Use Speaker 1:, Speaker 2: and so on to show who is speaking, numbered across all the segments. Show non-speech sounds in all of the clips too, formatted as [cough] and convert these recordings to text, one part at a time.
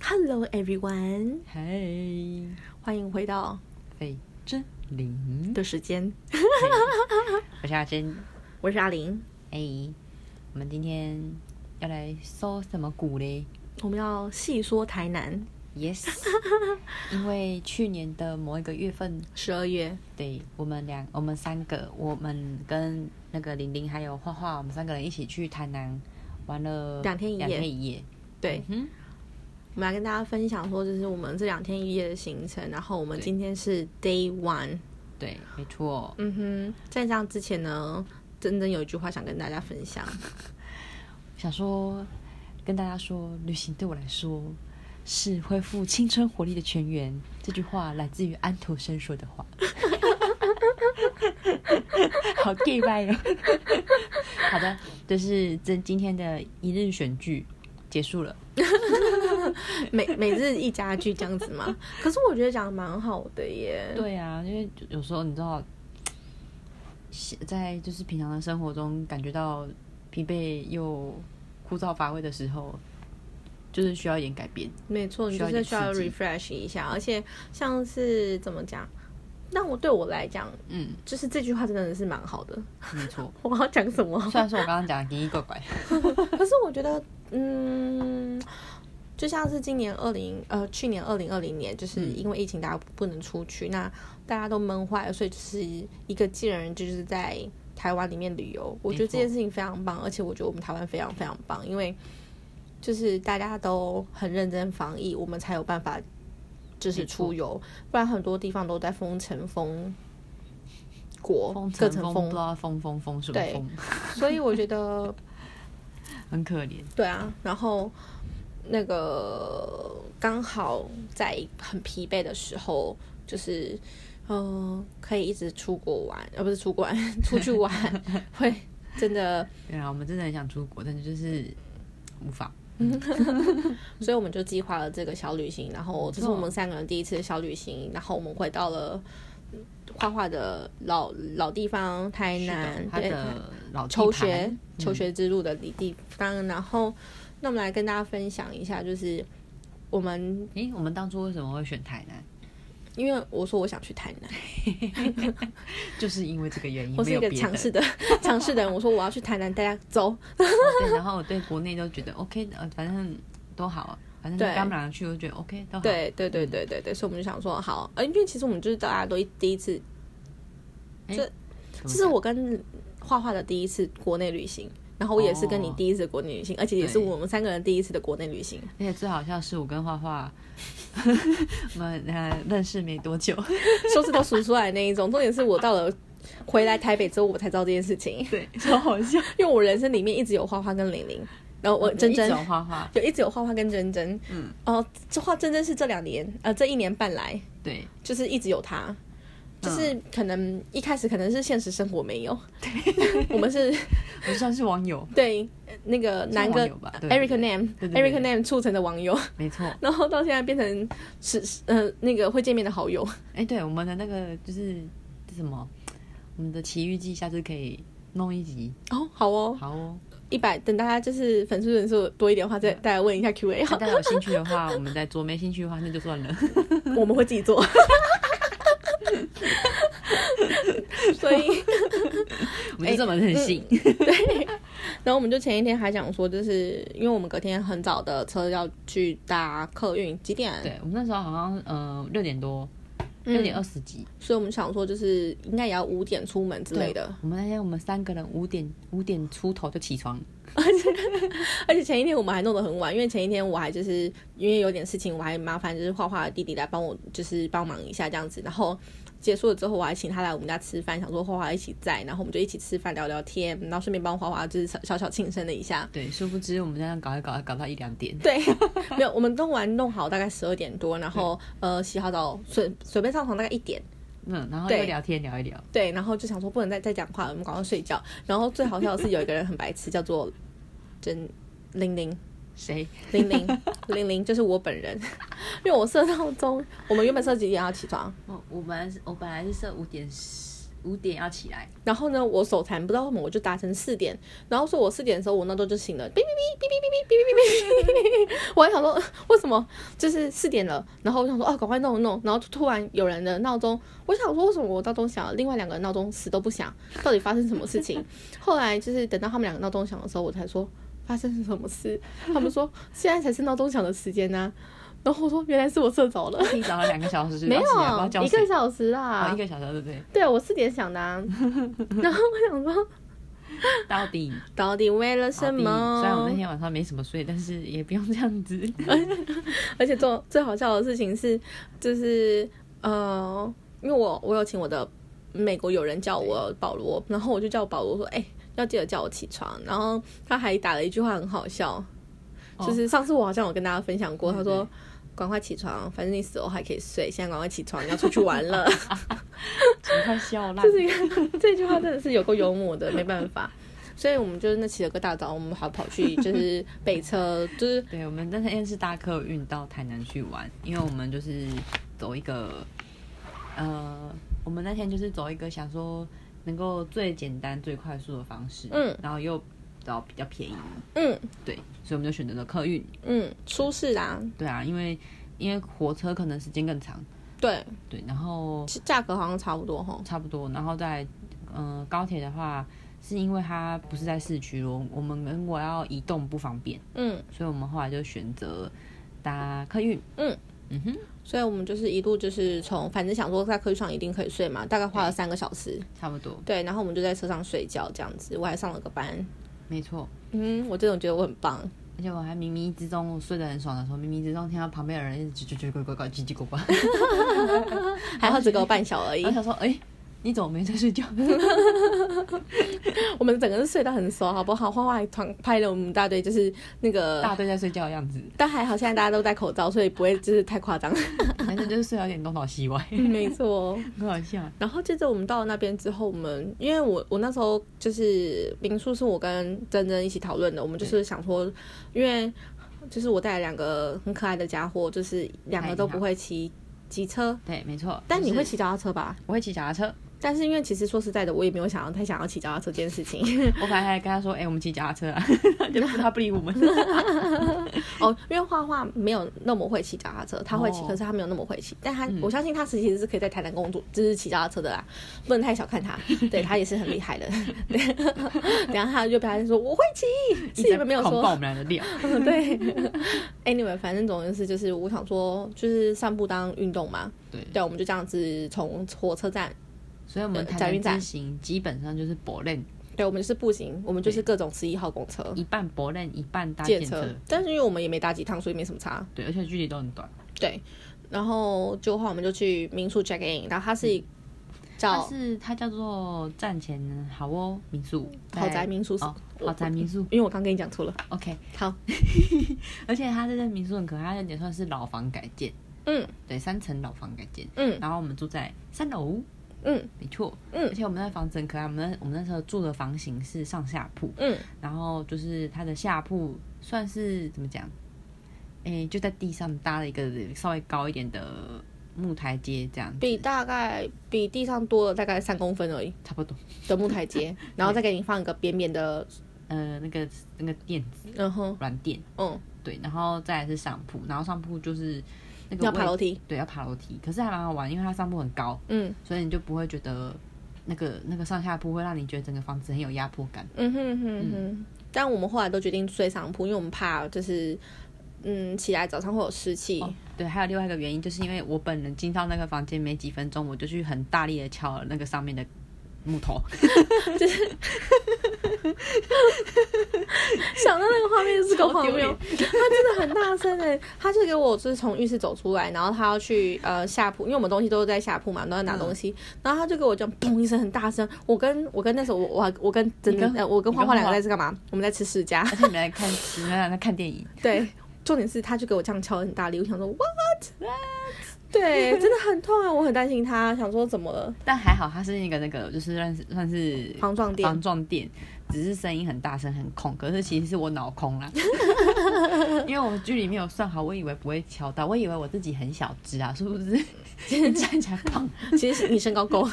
Speaker 1: Hello everyone，
Speaker 2: 嗨，
Speaker 1: 欢迎回到
Speaker 2: 费真灵，
Speaker 1: 的时间，
Speaker 2: 我是阿珍。
Speaker 1: 我是阿玲。
Speaker 2: 哎、我们今天要来搜什么股嘞
Speaker 1: 我们要细说台南 [laughs]
Speaker 2: ？Yes，因为去年的某一个月份，
Speaker 1: 十二月，
Speaker 2: 对我们两，我们三个，我们跟那个玲玲还有画画，我们三个人一起去台南玩了
Speaker 1: 两天一夜
Speaker 2: 两天一夜。
Speaker 1: 对，
Speaker 2: 嗯
Speaker 1: 我们来跟大家分享说，就是我们这两天一夜的行程。然后我们
Speaker 2: 对
Speaker 1: 今天是 Day One，
Speaker 2: 哼，对，没错。
Speaker 1: 嗯哼，在这样之前呢，真真有一句话想跟大家分 [laughs] 享，
Speaker 2: 想说跟大家说，旅行对我来说是恢复青春活力的泉源。这句话来自于安徒生说的 [laughs] 话。好 gay 拜哦。好的，就是这今天的一日选剧结束了。
Speaker 1: 每每日一家具这样子嘛。可是我觉得讲的蛮好的耶。
Speaker 2: 对啊，因为有时候你知道，在就是平常的生活中感觉到疲惫又枯燥乏味的时候，就是需要一点改变。
Speaker 1: 没错，你
Speaker 2: 需
Speaker 1: 就
Speaker 2: 要一
Speaker 1: 是
Speaker 2: 点
Speaker 1: 需要
Speaker 2: 刺激
Speaker 1: refresh 一下，而且像是怎么讲，那我对我来讲，
Speaker 2: 嗯，
Speaker 1: 就是这句话真的是蛮好的。
Speaker 2: 没错。
Speaker 1: 我要讲什
Speaker 2: [laughs]
Speaker 1: 么？
Speaker 2: 虽然说我刚刚讲的奇奇怪怪，
Speaker 1: 可是我觉得，嗯，就像是今年二零呃，去年二零二零年，就是因为疫情大家不能出去，那大家都闷坏了，所以就是一个技能人就是在台湾里面旅游。我觉得
Speaker 2: 没错
Speaker 1: 这件事情非常棒，而且我觉得我们台湾非常非常棒，因为就是大家都很认真防疫，我们才有办法。就是
Speaker 2: 没错
Speaker 1: 出游，不然很多地方都在封城、封国、
Speaker 2: 风
Speaker 1: 各
Speaker 2: 尘
Speaker 1: 层
Speaker 2: 风不知道风风风什么
Speaker 1: 对
Speaker 2: 风，
Speaker 1: [laughs] 所以我觉得
Speaker 2: 很可怜。
Speaker 1: 对啊，然后那个刚好在很疲惫的时候，就是嗯、呃可以一直出国玩，呃而、不是出国玩，出去
Speaker 2: [laughs]
Speaker 1: 玩会真的，
Speaker 2: 对啊，我们真的很想出国，但是就是无法。
Speaker 1: 所以我们就计划了这个小旅行，然后这是我
Speaker 2: 嗯
Speaker 1: 们三个人第一次的小旅行，然后我们回到了嗯画画的老老地方台
Speaker 2: 是
Speaker 1: 南
Speaker 2: 的，，他
Speaker 1: 对
Speaker 2: 的老地
Speaker 1: 求
Speaker 2: 盘嗯
Speaker 1: 学求学之路的地地方，然后那我们来跟大家分享一下，就是我们
Speaker 2: 诶，我们当初为什么会选台南？
Speaker 1: 因为我说我想去台
Speaker 2: [laughs]
Speaker 1: 南，
Speaker 2: 就是因为这个原因，
Speaker 1: 我是
Speaker 2: 没
Speaker 1: 一
Speaker 2: 有
Speaker 1: 个
Speaker 2: 别的。
Speaker 1: 强势的 [laughs] 强势的人，我说我要去台南，大家走。
Speaker 2: 哦对，然后我对国内都觉得 OK，的呃，反正都好，啊反正
Speaker 1: 对
Speaker 2: 刚们两个去，我就觉得 OK，都好。
Speaker 1: 对对对对对对，所以我们就想说好，呃，因为其实我们就是大家都一第一次，
Speaker 2: 诶，
Speaker 1: 这
Speaker 2: 哎怎
Speaker 1: 这
Speaker 2: 么
Speaker 1: 是我跟画画的第一次国内旅行，然后我也是跟你
Speaker 2: 哦
Speaker 1: 第一次国内旅行，而且也是
Speaker 2: 对
Speaker 1: 我们三个人第一次的国内旅行。 [laughs]
Speaker 2: 而且最好笑是我跟画画，我们呃认识没多久，
Speaker 1: 手指头数出来那一种。重点是我到了回来台北之后，我才知道这件事情，
Speaker 2: 对，超好笑。
Speaker 1: 因为我人生里面一直有花花跟玲玲，然后我珍珍
Speaker 2: 一直哦有画画，
Speaker 1: 就一直有花花跟珍珍，嗯，哦，这花珍珍是这两年呃这一年半来
Speaker 2: 对，
Speaker 1: 就是一直有
Speaker 2: 嗯
Speaker 1: 她。就是可能一开始可能是现实生活没有， [laughs] 我们是
Speaker 2: 不算是网友，
Speaker 1: 对呃那个南哥
Speaker 2: 网友吧对对
Speaker 1: Eric
Speaker 2: 对
Speaker 1: Nam
Speaker 2: 对对对
Speaker 1: Eric Nam 促成的网友， [laughs]
Speaker 2: 没错。
Speaker 1: 然后到现在变成是呃那个会见面的好友，
Speaker 2: 哎、对，我们的那个就是这什么，我们的奇遇记下次可以弄一集，
Speaker 1: 哦好哦，
Speaker 2: 好哦。
Speaker 1: 一百，等大家就是粉丝人数多一点的话，
Speaker 2: 嗯
Speaker 1: 再再来问一下 Q&A
Speaker 2: 那
Speaker 1: 好，
Speaker 2: 大家有兴趣的话，我们再做；没兴趣的话，那就算了。 [laughs]
Speaker 1: 我们会自己做。所以，
Speaker 2: 我
Speaker 1: 哎
Speaker 2: 们就这么任性。
Speaker 1: 然后我们就前一天还想说，就是因为我们隔天很早的车要去搭客运，几点？
Speaker 2: 对，我们那时候好像呃六点多，
Speaker 1: 嗯
Speaker 2: 六点二十几
Speaker 1: 所以我们想说，就是应该也要五点出门之类的。。
Speaker 2: 我们那天我们三个人五点五点出头就起床，
Speaker 1: 而且前一天我们还弄得很晚，因为前一天我还就是因为有点事情，我还麻烦就是画画的弟弟来帮我，就是帮忙一下这样子。然后结束了之后，我还请他来我们家吃饭，想说画画一起在，然后我们就一起吃饭聊聊天，然后顺便帮画画就是小小庆生了一下。
Speaker 2: 对，殊不知我们这样搞一搞，搞到一两点。
Speaker 1: 对， [laughs] 没有，我们弄完弄好大概十二点多，然后呃洗好澡，随随便上床大概一点，
Speaker 2: 嗯，然后
Speaker 1: 对
Speaker 2: 又聊天聊一聊，
Speaker 1: 对，然后就想说不能再再讲话了，我们赶快睡觉。然后最好笑的是有一个人很白痴，叫做真玲玲，
Speaker 2: 谁？
Speaker 1: 零零零零就是我本人，因为我设闹钟，我们原本设几点要起床？
Speaker 2: 我我本来是我本来是设五点十五点要起来，
Speaker 1: 然后呢，我手残，不知道为什么我就打成四点，然后说我四点的时候我闹钟就醒了，哔哔哔哔哔哔哔哔哔哔哔哔，我还想说呃为什么就是四点了，然后我想说哦，赶快弄一弄，然后突然有人的闹钟，我想说为什么我闹钟响了，另外两个人闹钟死都不响，到底发生什么事情？后来就是等到他们两个闹钟响的时候，我才说发生什么事，他们说现在才是闹钟响的时间呢、然后我说原来是我睡着了，
Speaker 2: 你早上两个小时就
Speaker 1: 没
Speaker 2: 要起来不知道叫
Speaker 1: 有一
Speaker 2: 谁
Speaker 1: 个小时啦，
Speaker 2: 哦一个小时对不对？
Speaker 1: 对我四点想的、啊，然后我想说。
Speaker 2: 到底
Speaker 1: 到底为了什
Speaker 2: 到底虽然我那
Speaker 1: 么？
Speaker 2: 天晚上没什么睡，但是也不用这样 [laughs] 子。
Speaker 1: 而且最最好笑的事情是，就是呃，因为我我有请我的美国友人叫我保罗，然后我就叫保罗说，哎、要记得叫我起床。然后他还打了一句话很好笑，
Speaker 2: 哦嗯
Speaker 1: 就是上次我好像有跟大家分享过，
Speaker 2: 对
Speaker 1: 他说。赶快起床，反正你死后还可以睡。现在赶快起床，你要出去玩
Speaker 2: [laughs]
Speaker 1: 了。
Speaker 2: 赶快笑烂
Speaker 1: 这。是一个 [laughs] 这句话真的是有够幽默的，没办法。所以我们就是那起了个大早，我们还跑去就是北车，就是
Speaker 2: 对，我们那天是搭客运到台南去玩，因为我们就是走一个，呃，我们那天就是走一个想说能够最简单、最快速的方式，
Speaker 1: 嗯，
Speaker 2: 然后又找比较便宜，
Speaker 1: 嗯
Speaker 2: 对，所以我们就选择了客运。
Speaker 1: 嗯，舒适啦，
Speaker 2: 对啊，因为因为火车可能时间更长，
Speaker 1: 对，
Speaker 2: 对，然后
Speaker 1: 其实价格好像差不多哈。
Speaker 2: 差不多，然后在嗯、呃高铁的话，是因为它不是在市区，我我们如果要移动不方便，
Speaker 1: 嗯，
Speaker 2: 所以我们后来就选择搭客运。
Speaker 1: 所以我们就是一路就是从，反正想说在科技上一定可以睡嘛，大概花了三个小时。
Speaker 2: 差不多，
Speaker 1: 对，然后我们就在车上睡觉这样子，我还上了个班。
Speaker 2: 没错。
Speaker 1: 嗯，我这种觉得我很棒，
Speaker 2: 而且我还冥冥之中我睡得很爽的时候，冥冥之中听到旁边有人一直叽叽咕咕咕叽
Speaker 1: [laughs]
Speaker 2: 叽咕咕，
Speaker 1: [laughs] 还好只给我半小而已
Speaker 2: 然后。
Speaker 1: [laughs]
Speaker 2: 想说，哎、你怎么没在睡觉？
Speaker 1: 我们整个是睡得很熟，好不好？花花还团拍了我们大队，就是那
Speaker 2: 大
Speaker 1: 个，
Speaker 2: 队在睡觉的样子，
Speaker 1: 但还好现在大家都戴口罩，所以不会就是太夸 [laughs] 张。
Speaker 2: 反正就是睡到有点东
Speaker 1: [laughs]
Speaker 2: 倒西歪，
Speaker 1: 嗯没错。
Speaker 2: 很好笑。
Speaker 1: 然后接着我们到了那边之后，我们因为我我那时候就是民宿是我跟珍珍一起讨论的，我们就是想说，因为就是我带了两个很可爱的家伙，就是两个都不会骑机车，
Speaker 2: 对，没错。
Speaker 1: 但你会
Speaker 2: 就是
Speaker 1: 骑脚踏车吧？
Speaker 2: 我会骑脚
Speaker 1: [laughs]
Speaker 2: 踏车。
Speaker 1: 但是因为其实说实在的，我也没有想要太想要骑脚踏车这件事情
Speaker 2: 我本来还跟他说，哎、我们骑脚踏车啊， [laughs] 就不他不理
Speaker 1: [laughs]
Speaker 2: 我们。
Speaker 1: 哦，因为画画没有那么会骑脚踏车，他会骑，
Speaker 2: 哦嗯
Speaker 1: 可是他没有那么会骑。但他、我相信他其实是可以在台南工作，就是骑脚踏车的啦，不能太小
Speaker 2: [laughs]
Speaker 1: 看他，对他也是很厉害的。对然后他就表现说我会骑，是你们没有
Speaker 2: 一直
Speaker 1: 说
Speaker 2: 狂爆我们俩的料，
Speaker 1: 对，anyway，反正总之是就是我想说，就是散步当运动嘛。
Speaker 2: 对
Speaker 1: 对，我们就这样子从火车站，
Speaker 2: 所以我们
Speaker 1: 呃
Speaker 2: 台
Speaker 1: 载运
Speaker 2: 南
Speaker 1: 站
Speaker 2: 之行基本上就是博练
Speaker 1: 对我们就是步行，我们就是各种十一号公车、
Speaker 2: 一半博练一半搭
Speaker 1: 哦借
Speaker 2: 电
Speaker 1: 车
Speaker 2: 车，，
Speaker 1: 但是因为我们也没搭几趟，所以没什么差。
Speaker 2: 对，而且距离都很短。
Speaker 1: 对，然后就后来我们就去民宿 check in，然后它是
Speaker 2: 它
Speaker 1: 叫
Speaker 2: 是它叫做站前好哦民宿，
Speaker 1: 豪宅民宿
Speaker 2: 宿哦，豪宅民宿
Speaker 1: 因为我刚跟你讲错了。
Speaker 2: ，OK。
Speaker 1: 好，
Speaker 2: [laughs] 而且它这个民宿很可爱，它有点算是老房改建，
Speaker 1: 嗯
Speaker 2: 对，三层老房改建。
Speaker 1: 嗯
Speaker 2: 然后我们住在三楼，
Speaker 1: 嗯
Speaker 2: 没错，
Speaker 1: 嗯
Speaker 2: 而且我们那房子很可爱，我们那我们那时候住的房型是上下铺，
Speaker 1: 嗯，
Speaker 2: 然后就是它的下铺算是怎么讲？诶，就在地上搭了一个稍微高一点的木台阶，这样子
Speaker 1: 比大概比地上多了大概三公分而已
Speaker 2: 差不多。
Speaker 1: 的木台
Speaker 2: [laughs]
Speaker 1: 阶，然后再给你放一个扁扁的，
Speaker 2: 呃，那个那个垫子
Speaker 1: 嗯哼，
Speaker 2: 软垫，
Speaker 1: 嗯，
Speaker 2: 对，然后再来是上铺，然后上铺就是那个
Speaker 1: 要
Speaker 2: 位
Speaker 1: 爬楼梯，
Speaker 2: 对，要爬楼梯，可是还蛮好玩，因为它上铺很高，
Speaker 1: 嗯
Speaker 2: 所以你就不会觉得那个那个上下铺会让你觉得整个房子很有压迫感。
Speaker 1: 嗯哼哼哼。但我们后来都决定睡上铺，因为我们怕就是。嗯，起来早上会有湿气，
Speaker 2: 哦，对，还有另外一个原因，就是因为我本人进到那个房间没几分钟，我就去很大力的敲了那个上面的木 [laughs] 头，
Speaker 1: [laughs] 想到那个画面就是个
Speaker 2: 超
Speaker 1: 荒
Speaker 2: 丢
Speaker 1: 谬
Speaker 2: 脸，
Speaker 1: 他真的很大声哎、他就给我就是从浴室走出来，然后他要去呃下铺，因为我们东西都是在下铺嘛，都要拿东西，然后他就给我这样砰一声很大声，我跟我跟那时候我我还我跟真的
Speaker 2: 你跟
Speaker 1: 呃我跟
Speaker 2: 你
Speaker 1: 花
Speaker 2: 跟
Speaker 1: 花两个
Speaker 2: 花
Speaker 1: 在这干嘛？我们在吃世 [laughs] 家，
Speaker 2: 而且你们来看，你们来看电影，
Speaker 1: 对，重点是他就给我这样敲得很大力，我想说 what 对，真的很痛啊！我很担心他，想说怎么了？
Speaker 2: 但还好它是一个那个，就是算是算是
Speaker 1: 防撞垫
Speaker 2: 防撞垫，只是声音很大声很空，可是其实是我脑空 [laughs] 啦，因为我剧里面有算好，我以为不会敲到，我以为我自己很小只啊，是不是？ [laughs] 站起来砰，
Speaker 1: 其实你身高 [laughs] 够，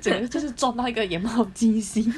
Speaker 2: 整个就是撞到一个眼冒金星。 [laughs]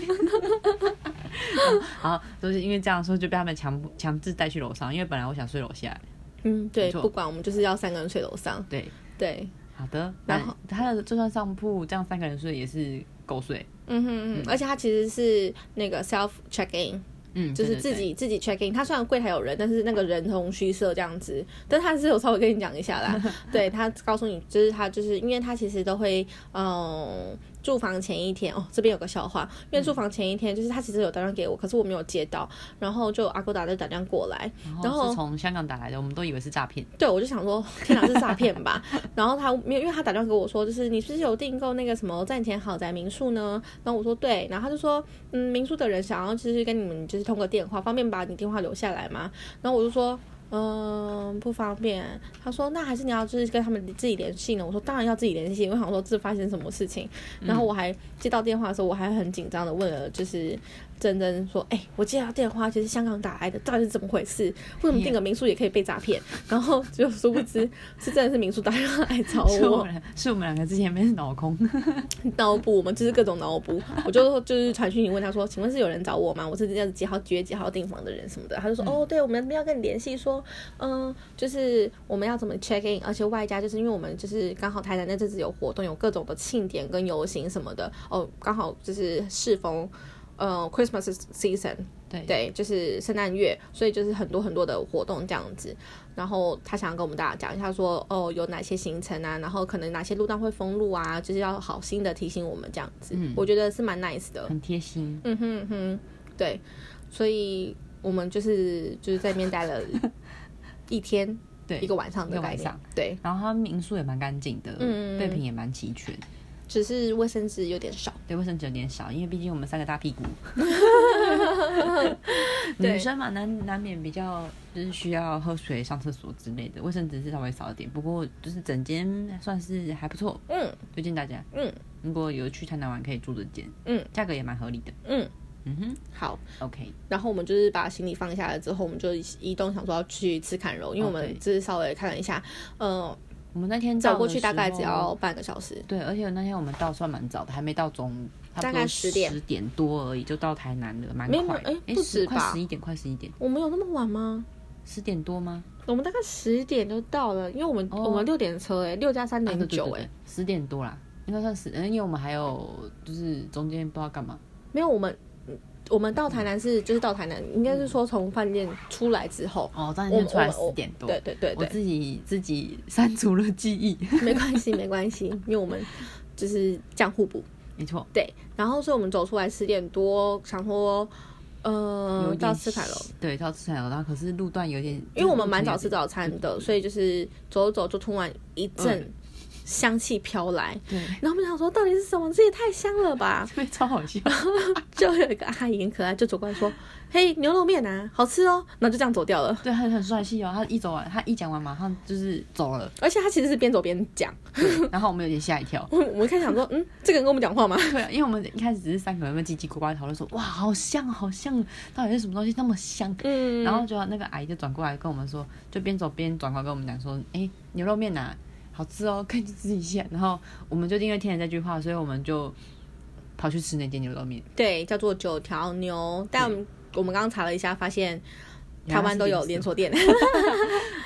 Speaker 2: 嗯好，就是因为这样说就被他们强强制带去楼上，因为本来我想睡楼下，
Speaker 1: 嗯，
Speaker 2: 没
Speaker 1: 对，
Speaker 2: 错
Speaker 1: 不管我们就是要三个人睡楼上，
Speaker 2: 对，
Speaker 1: 对，
Speaker 2: 好的，
Speaker 1: 然
Speaker 2: 那
Speaker 1: 后
Speaker 2: 他的就算上铺，这样三个人睡也是够睡，
Speaker 1: 嗯哼，嗯而且他其实是那个 self check in，
Speaker 2: 嗯，
Speaker 1: 就是
Speaker 2: 对
Speaker 1: 自
Speaker 2: 对对
Speaker 1: 己自己 check in。他虽然柜台有人，但是那个人同虚设这样子，但他是有稍微跟你讲一下
Speaker 2: [laughs]
Speaker 1: 啦。对他告诉你，就是他就是因为他其实都会嗯。住房前一天哦，这边有个笑话，因
Speaker 2: 嗯
Speaker 1: 为住房前一天，就是他其实有打电话给我，可是我没有接到，然后就阿勾达就打电话过来，然
Speaker 2: 然后
Speaker 1: 后
Speaker 2: 是从香港打来的，我们都以为是诈骗。
Speaker 1: 对，我就想说，天哪，这是诈骗吧？然后他没有，因为他打电话给我说，就是你是不是有订购那个什么站前豪宅民宿呢？然后我说对，然后他就说，嗯，民宿的人想要就是跟你们就是通个电话，方便把你电话留下来吗？然后我就说。嗯，不方便。他说：“那还是你要就是跟他们自己联系呢。”我说：“当然要自己联系。”我想说这发生什么事情，然后我还接到电话的时候，我还很紧张的问了，就是珍珍说：“哎、我接到电话，就是香港打来的，到底是怎么回事？为什么订个民宿也可以被诈骗？”然后就殊不知是真的是民宿大人来找
Speaker 2: [laughs] 是哦我
Speaker 1: 我
Speaker 2: 们是我们两个之前面是脑空，
Speaker 1: [laughs] 脑补，我们就是各种脑补。我就就是传讯息问他说：“请问是有人找我吗？我是这样子几号几月几号订房的人什么的。”他就说：“哦，对，我们要跟你联系说，嗯，就是我们要怎么 check in，而且外加就是因为我们就是刚好台南那阵子有活动，有各种的庆典跟游行什么的，哦，刚好就是适逢。”呃，Christmas season，
Speaker 2: 对
Speaker 1: 对，就是圣诞月，所以就是很多很多的活动这样子。然后他想要跟我们大家讲一下说，哦，有哪些行程啊，然后可能哪些路段会封路啊，就是要好心的提醒我们这样子。
Speaker 2: 嗯
Speaker 1: 我觉得是蛮 nice 的。
Speaker 2: 很贴心。
Speaker 1: 嗯哼哼，对，所以我们就是就是在那边待了一天，
Speaker 2: [laughs] 对
Speaker 1: 一个晚上
Speaker 2: 一
Speaker 1: 的
Speaker 2: 个
Speaker 1: 概
Speaker 2: 晚
Speaker 1: 念
Speaker 2: 上，
Speaker 1: 对，
Speaker 2: [laughs] 然后它民宿也蛮干净的，
Speaker 1: 嗯
Speaker 2: 备品也蛮齐全，
Speaker 1: 只是卫生纸有点少。
Speaker 2: 对卫生纸有点少，因为毕竟我们三个大
Speaker 1: [laughs]
Speaker 2: 屁股，
Speaker 1: 对
Speaker 2: 女生嘛难难免比较就是需要喝水、上厕所之类的，卫生纸是稍微少一点，不过就是整间算是还不错，
Speaker 1: 嗯
Speaker 2: 推荐大家。
Speaker 1: 嗯
Speaker 2: 如果有去台南玩，可以住这间，
Speaker 1: 嗯，
Speaker 2: 价格也蛮合理的。
Speaker 1: 嗯，
Speaker 2: 嗯哼
Speaker 1: 好。
Speaker 2: ，OK，
Speaker 1: 然后我们就是把行李放下来之后，我们就移动想说要去吃砍肉，因为我
Speaker 2: 哦
Speaker 1: 们
Speaker 2: 对
Speaker 1: 就是稍微看了一下，呃，
Speaker 2: 我们那天
Speaker 1: 走
Speaker 2: 到
Speaker 1: 过
Speaker 2: 的
Speaker 1: 去大
Speaker 2: 时
Speaker 1: 概只
Speaker 2: 候
Speaker 1: 要半个小时。
Speaker 2: 对，而且那天我们到算蛮早的，还没到中午，差不
Speaker 1: 大
Speaker 2: 多
Speaker 1: 概10点
Speaker 2: 10点多而已就到台南了，蛮
Speaker 1: 没有
Speaker 2: 快。
Speaker 1: 哎
Speaker 2: 诶
Speaker 1: 不
Speaker 2: 10
Speaker 1: 止
Speaker 2: 快
Speaker 1: 吧
Speaker 2: 十一点，快十一点，
Speaker 1: 我们有那么晚吗？
Speaker 2: 十点多吗？
Speaker 1: 我们大概十点就到了，因为我们、
Speaker 2: 哦
Speaker 1: 我们六点车哎、六加三
Speaker 2: 啊
Speaker 1: 等于九，
Speaker 2: 对对对
Speaker 1: 哎
Speaker 2: 对，十点多啦，应该算十，嗯因为我们还有就是中间不知道干嘛，
Speaker 1: 没有我们我们到台南是就是到台南，应该是说从饭店出来之后，
Speaker 2: 哦，张
Speaker 1: 我
Speaker 2: 天
Speaker 1: 们
Speaker 2: 出来
Speaker 1: 我
Speaker 2: 十点多，
Speaker 1: 对对对
Speaker 2: 我
Speaker 1: 对，
Speaker 2: 自己自己删除了记忆，
Speaker 1: 没关系没关系，因为我们就是这样互补。
Speaker 2: [laughs] 没错，
Speaker 1: 对，然后所以我们走出来十点多，想说
Speaker 2: 有
Speaker 1: 呃
Speaker 2: 一点
Speaker 1: 到斯凯楼，，
Speaker 2: 对，到赤坎楼，然后可是路段有点，
Speaker 1: 因为我们蛮早
Speaker 2: 就是
Speaker 1: 吃早餐的，所以就是走着走就突然一阵
Speaker 2: 嗯
Speaker 1: 香气飘来，
Speaker 2: 路 [laughs] 程有点，
Speaker 1: 然后我们想说到底是什么，这也太香了吧。
Speaker 2: 对，超好 [laughs] 笑，
Speaker 1: 就有一个阿姨很可爱，就走过来说：“嘿，牛肉面啊，好吃哦。”然后就这样走掉了。
Speaker 2: 对，很很帅气哦，他一走完，他一讲完马上就是走 [laughs] 了，
Speaker 1: 而且他其实是边走边讲，
Speaker 2: 对然后我们有点吓一跳。
Speaker 1: 我我们开始想说，嗯，这个人跟我们讲话吗？ [laughs]
Speaker 2: 对啊，因为我们一开始只是三个人在叽叽呱呱讨论说，哇，好香，好香，到底是什么东西那么香？
Speaker 1: 嗯，
Speaker 2: 然后就那个阿姨就转过来跟我们说，就边走边转过来跟我们讲说，哎、牛肉面呐、好吃哦，可以去吃一下。然后我们就因为听了这句话，所以我们就跑去吃那间牛肉面。
Speaker 1: 对，叫做九条牛，但我们我们刚刚查了一下，发现台湾都有连锁店。 [laughs]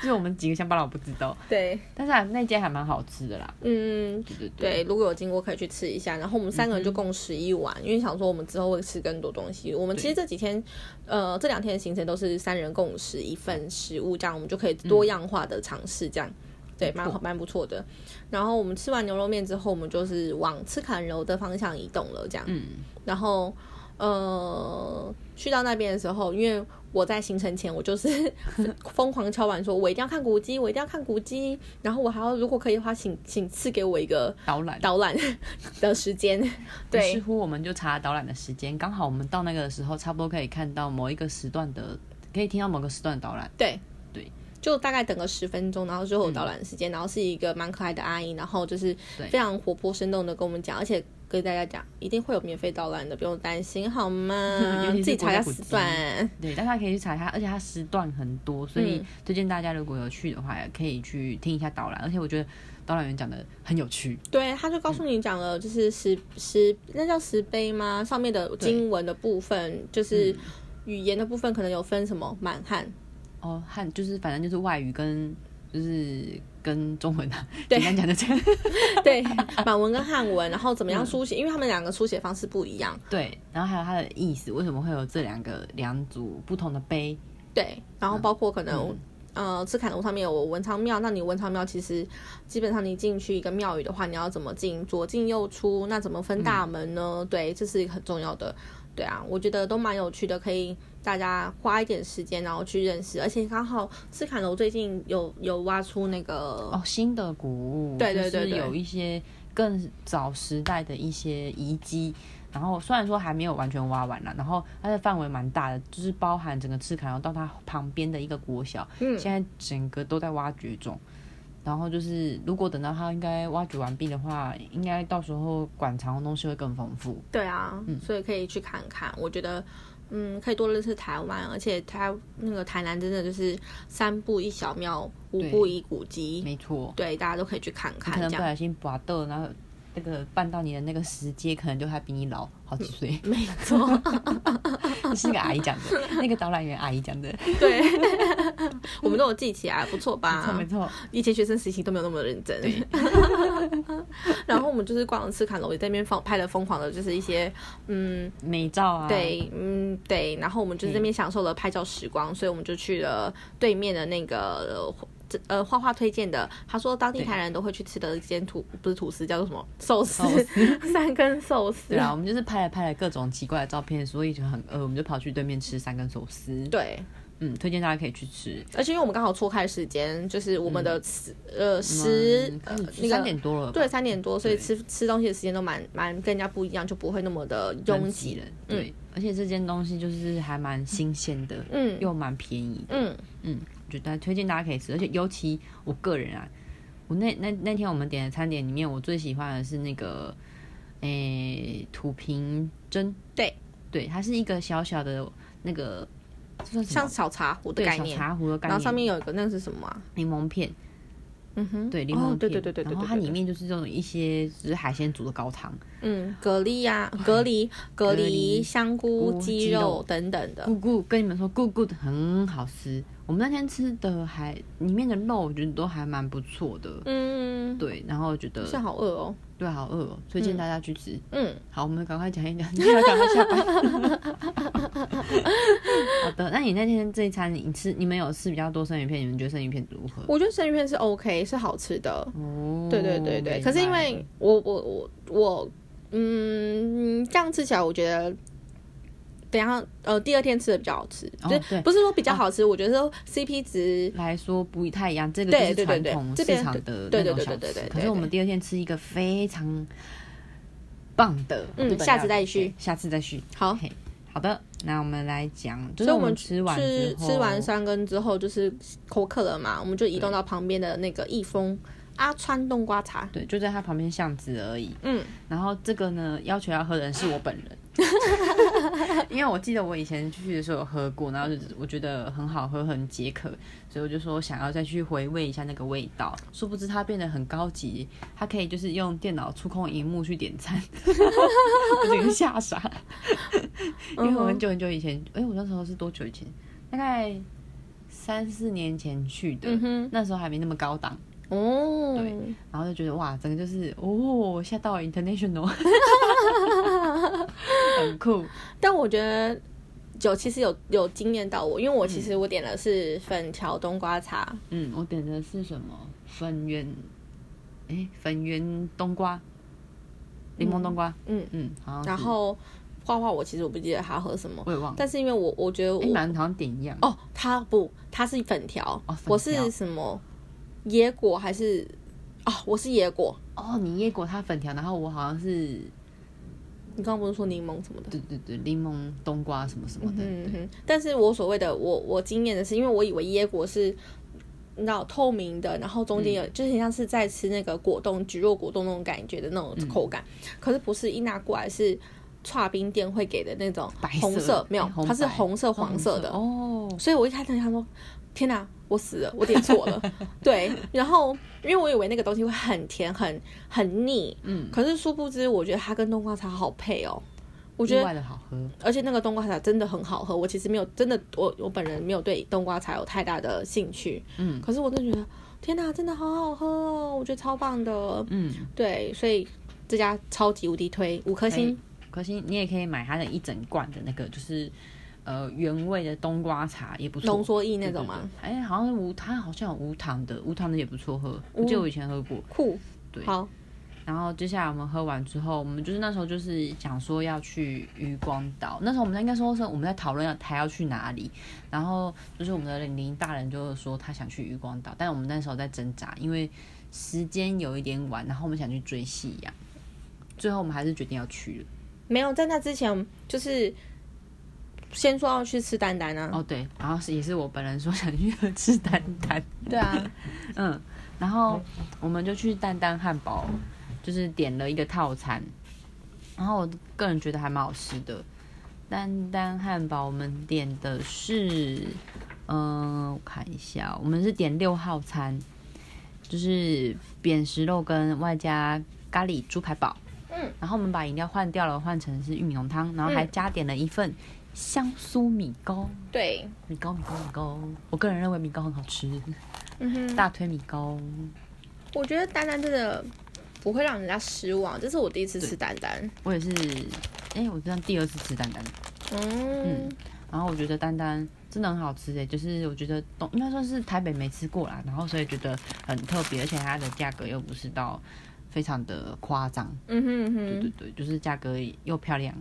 Speaker 2: 就是我们几个乡巴佬不知道，
Speaker 1: 对，
Speaker 2: 但是还那间还蛮好吃的 [laughs] 啦。
Speaker 1: 嗯，
Speaker 2: 对对对，
Speaker 1: 对，嗯如果有经过可以去吃一下。然后我们三个人就共食一碗，因为想说我们之后会吃更多东西。我们其实这几天，呃，这两天的行程都是三人共食一份食物，这样我们就可以多样化的尝试，这样、对，蛮好，嗯蛮不错的。然后我们吃完牛肉面之后，我们就是往赤坎楼的方向移动了，这样。
Speaker 2: 嗯，
Speaker 1: 然后呃，去到那边的时候，因为我在行程前我就是 [laughs] 疯狂敲碗说，我一定要看古迹，我一定要看古迹，然后我还要如果可以的话，请请赐给我一个
Speaker 2: 导览。
Speaker 1: 导览 [laughs] 的时
Speaker 2: [laughs]
Speaker 1: 间，
Speaker 2: 于是
Speaker 1: 对。
Speaker 2: 乎我们就查导览的时间，刚好我们到那个的时候，差不多可以看到某一个时段的，可以听到某个时段的导览。
Speaker 1: 对
Speaker 2: 对，
Speaker 1: 就大概等个十分钟，然后最后有导览时间，然后是一个蛮可爱的阿姨，然后就是非常活泼生动的跟我们讲，而且跟大家讲，一定会有免费导览的，不用担心好吗？
Speaker 2: [laughs] 尤其
Speaker 1: 自己
Speaker 2: 是
Speaker 1: 查一下时
Speaker 2: 国家
Speaker 1: 段。
Speaker 2: 对，大家可以去查一下，而且它时段很多，所以推荐大家如果有去的话，也可以去听一下导览。而且我觉得导览员讲的很有趣，
Speaker 1: 对，他就告诉你讲了，就是石石那叫石碑吗？上面的经文的部分，
Speaker 2: 嗯
Speaker 1: 就是语言的部分，可能有分什么满
Speaker 2: [laughs]
Speaker 1: 汉，
Speaker 2: 哦，汉就是反正就是外语跟就是跟中文 [laughs] 啊，简单讲就这样。
Speaker 1: 对，满文跟汉文，然后怎么
Speaker 2: 嗯
Speaker 1: 样书写，因为他们两个书写方式不一样，
Speaker 2: 对，然后还有它的意思，为什么会有这两个两组不同的碑？
Speaker 1: 对，然后包括可能。呃，赤坎楼上面有文昌庙，那你文昌庙其实基本上你进去一个庙宇的话，你要怎么进，左进右出，那怎么分大门呢？对，这是很重要的。对啊，我觉得都蛮有趣的，可以大家花一点时间，然后去认识。而且刚好赤坎楼最近有有挖出那个，
Speaker 2: 哦，新的古物，
Speaker 1: 对对
Speaker 2: 就
Speaker 1: 对
Speaker 2: 是
Speaker 1: 对
Speaker 2: 有一些更早时代的一些遗迹。然后虽然说还没有完全挖完了，然后它的范围蛮大的，就是包含整个赤坎，然后到它旁边的一个国小，
Speaker 1: 嗯
Speaker 2: 现在整个都在挖掘中。然后就是，如果等到它应该挖掘完毕的话，应该到时候馆藏的东西会更丰富。
Speaker 1: 对啊，所以可以去看看。我觉得，嗯，可以多认识台湾，而且台那个台南真的就是三步一小庙，五步一古迹，
Speaker 2: 没错，
Speaker 1: 对，大家都可以去看
Speaker 2: 你
Speaker 1: 看
Speaker 2: 可能
Speaker 1: 这
Speaker 2: 不
Speaker 1: 样。
Speaker 2: 小心拔豆，然后那个绊到你的那个石阶，可能就还比你老好几
Speaker 1: [laughs]
Speaker 2: 岁。
Speaker 1: 没错，
Speaker 2: [laughs] 是那个阿姨讲的，那个导览员阿
Speaker 1: [laughs]
Speaker 2: 姨讲的，
Speaker 1: 对，我们都有记起来，不错
Speaker 2: 没错
Speaker 1: 吧
Speaker 2: 没？错。
Speaker 1: 以前学生实习都没有那么认真。 [laughs] 然后我们就是逛了赤坎楼，也在那边放拍了疯狂的，就是一些嗯
Speaker 2: 美照啊，，
Speaker 1: 对，嗯，对。然后我们就是这边享受了拍照时
Speaker 2: 嗯
Speaker 1: 光，所以我们就去了对面的那个呃这呃画画推荐的，他说当地台人都会去吃的一间吐不是吐司，叫做什么寿司， [laughs] 三根寿司
Speaker 2: 对。啊，我们就是拍了拍了各种奇怪的照片，所以就很呃饿，我们就跑去对面吃三根寿司。，
Speaker 1: 对，
Speaker 2: 嗯，推荐大家可以去吃。
Speaker 1: 而且因为我们刚好错开时间，就是我们的十、呃十
Speaker 2: 嗯
Speaker 1: 呃
Speaker 2: 开始
Speaker 1: 那个
Speaker 2: 吃三点多了吧，
Speaker 1: 对三点多，所以吃吃东西的时间都蛮蛮跟人家不一样，就不会那么的拥
Speaker 2: 蛮
Speaker 1: 挤
Speaker 2: 挤人。对，而且这件东西就是还蛮新鲜的，
Speaker 1: 嗯
Speaker 2: 又蛮便宜的，
Speaker 1: 嗯，
Speaker 2: 嗯，就大家推荐大家可以吃。而且尤其我个人啊，我那那那天我们点的餐点里面，我最喜欢的是那个，诶、土瓶蒸，
Speaker 1: 对
Speaker 2: 对，它是一个小小的那个，这算什么
Speaker 1: 像小茶壶的
Speaker 2: 对
Speaker 1: 概
Speaker 2: 小
Speaker 1: 念，
Speaker 2: 茶壶的概念，
Speaker 1: 然后上面有一个那个是什么啊、
Speaker 2: 柠檬片，
Speaker 1: 嗯哼，
Speaker 2: 对柠檬
Speaker 1: 哦
Speaker 2: 片，
Speaker 1: 对对对对对，
Speaker 2: 然后
Speaker 1: 对
Speaker 2: 它
Speaker 1: 对
Speaker 2: 里面就是这种一些就是海鲜煮的高汤，
Speaker 1: 嗯，蛤蜊呀、蛤蜊、蛤
Speaker 2: 哦 [laughs] 蛤
Speaker 1: 蜊、
Speaker 2: 蜊
Speaker 1: 香菇、
Speaker 2: 菇
Speaker 1: 鸡
Speaker 2: 鸡
Speaker 1: 肉
Speaker 2: 肉嗯
Speaker 1: 等等的。
Speaker 2: 咕咕跟你们说咕咕的很好吃，我们那天吃的还里面的肉我觉得都还蛮不错的，
Speaker 1: 嗯，
Speaker 2: 对，然后觉得
Speaker 1: 现在好饿哦。
Speaker 2: 对好饿哦，推荐大家去吃。
Speaker 1: 嗯，
Speaker 2: 好，我们赶快讲一讲， [laughs] 要赶快下班。好的，那你那天这一餐你吃，你们有吃比较多生鱼片，你们觉得生鱼片如何？
Speaker 1: 我觉得生鱼片是 OK，是好吃的。
Speaker 2: 哦，
Speaker 1: 对对对对，
Speaker 2: 明
Speaker 1: 可是因
Speaker 2: 白
Speaker 1: 为我我我我，嗯，这样吃起来我觉得。等一下，呃，第二天吃的比较好吃，
Speaker 2: 哦
Speaker 1: 就是
Speaker 2: 对
Speaker 1: 不是说比较好吃，我觉得说 CP 值
Speaker 2: 来说不太一样，这个
Speaker 1: 对
Speaker 2: 就是
Speaker 1: 对对
Speaker 2: 传
Speaker 1: 对
Speaker 2: 统
Speaker 1: 这
Speaker 2: 市
Speaker 1: 边
Speaker 2: 场的
Speaker 1: 对
Speaker 2: 那
Speaker 1: 对
Speaker 2: 种
Speaker 1: 对
Speaker 2: 小
Speaker 1: 对对
Speaker 2: 吃
Speaker 1: 对。
Speaker 2: 可
Speaker 1: 对
Speaker 2: 是我们第二天吃一个非常棒的，
Speaker 1: 嗯
Speaker 2: 日本
Speaker 1: 下次
Speaker 2: 料理
Speaker 1: 再续
Speaker 2: 对下次再续。
Speaker 1: 好，
Speaker 2: 嘿好的，那我们来讲，就
Speaker 1: 所以
Speaker 2: 是
Speaker 1: 我
Speaker 2: 我
Speaker 1: 们
Speaker 2: 们吃完
Speaker 1: 吃
Speaker 2: 之后
Speaker 1: 吃完三根之后就是口渴了嘛，我们就移动到旁边的那个益丰阿川冬瓜茶。
Speaker 2: 对，就在它旁边巷子而已。
Speaker 1: 嗯，
Speaker 2: 然后这个呢，要求要喝的人是我
Speaker 1: [laughs]
Speaker 2: 本人，因为我记得我以前去的时候有喝过，然后就我觉得很好喝，很解渴，所以我就说想要再去回味一下那个味道。殊不知它变得很高级，它可以就是用电脑触控荧幕去点餐，我整个吓傻。因为我很久很久以前，哎、我那时候是多久以前？大概三四年前去的，
Speaker 1: 嗯哼
Speaker 2: 那时候还没那么高档。
Speaker 1: 哦，
Speaker 2: 对然后就觉得哇，整个就是哦，吓到 international，很酷。
Speaker 1: 但我觉得有其实有有惊艳到我，因为我其实我点的是粉条冬瓜茶，
Speaker 2: 嗯，我点的是什么？粉圆，哎，粉圆冬瓜，柠檬冬瓜。
Speaker 1: 嗯，
Speaker 2: 嗯，好像是
Speaker 1: 然后画画我其实我不记得他喝什么，
Speaker 2: 我也忘了，
Speaker 1: 但是因为我我觉得
Speaker 2: 哎，
Speaker 1: 我
Speaker 2: 蛮好像点一样。
Speaker 1: 哦，他不，他是粉条，
Speaker 2: 哦粉条
Speaker 1: 我是什么野果还是哦，我是野果，
Speaker 2: 哦，你椰果它粉条，然后我好像是
Speaker 1: 你刚刚不是说柠檬什么的？
Speaker 2: 对对对，柠檬冬瓜什么什么的。
Speaker 1: 嗯
Speaker 2: 对
Speaker 1: 哼，但是我所谓的我我经验的是，因为我以为椰果是你知道透明的，然后中间有、
Speaker 2: 嗯
Speaker 1: 就是很像是在吃那个果冻、橘肉果冻那种感觉的那
Speaker 2: 嗯
Speaker 1: 种口感，可是不是一拿过来是。串冰店会给的那种
Speaker 2: 白色
Speaker 1: 红色没有
Speaker 2: 哎红，白
Speaker 1: 它是红色黄色的，
Speaker 2: 哦，
Speaker 1: 所以我一开始想说，天哪，我死了，我点错
Speaker 2: [laughs]
Speaker 1: 了。对，然后因为我以为那个东西会很甜、很很腻，
Speaker 2: 嗯，
Speaker 1: 可是殊不知，我觉得它跟冬瓜茶好配哦。我
Speaker 2: 我
Speaker 1: 觉
Speaker 2: 意
Speaker 1: 得，
Speaker 2: 外的好喝，
Speaker 1: 而且那个冬瓜茶真的很好喝。我其实没有真的，我我本人没有对冬瓜茶有太大的兴趣，
Speaker 2: 嗯
Speaker 1: 可是我真的觉得，天哪，真的好好喝哦，我觉得超棒的。
Speaker 2: 嗯，
Speaker 1: 对，所以这家超级无敌推，五颗星。
Speaker 2: 可惜你也可以买它的一整罐的那个，就是呃原味的冬瓜茶，也不错，
Speaker 1: 浓缩液那种吗
Speaker 2: 对？对对哎，好像是无，它好像有无糖的，无糖的也不错喝，
Speaker 1: 无
Speaker 2: 我记得我以前喝过。
Speaker 1: 酷，
Speaker 2: 对
Speaker 1: 好，
Speaker 2: 然后接下来我们喝完之后，我们就是那时候就是讲说要去渔光岛，那时候我们应该说是我们在讨论要他要去哪里，然后就是我们的玲玲大人就是说他想去渔光岛，但我们那时候在挣扎，因为时间有一点晚，然后我们想去追夕阳，最后我们还是决定要去了。
Speaker 1: 没有，在那之前就是先说要去吃丹丹啊。
Speaker 2: 哦对，然后是也是我本人说想去吃 [laughs] 丹丹，
Speaker 1: 对啊，
Speaker 2: 嗯，然后我们就去蛋蛋汉堡，就是点了一个套餐，然后我个人觉得还蛮好吃的。蛋蛋汉堡我们点的是，嗯、我看一下，我们是点六号餐，就是扁食肉跟外加咖喱猪排堡。
Speaker 1: 嗯，
Speaker 2: 然后我们把饮料换掉了，换成是玉米浓汤，然后还
Speaker 1: 嗯
Speaker 2: 加点了一份香酥米糕。
Speaker 1: 对，
Speaker 2: 米糕，米糕，米糕，我个人认为米糕很好吃，
Speaker 1: 嗯哼，
Speaker 2: 大推米糕。
Speaker 1: 我觉得丹丹真的不会让人家失望，这是我第一次吃丹丹。
Speaker 2: 我也是，哎、我这样第二次吃丹丹，
Speaker 1: 嗯，
Speaker 2: 然后我觉得丹丹真的很好吃诶、就是我觉得东应该说是台北没吃过啦，然后所以觉得很特别，而且它的价格又不是到非常的夸张，
Speaker 1: 嗯哼嗯
Speaker 2: 对
Speaker 1: 哼，
Speaker 2: 对对，就是价格又漂亮，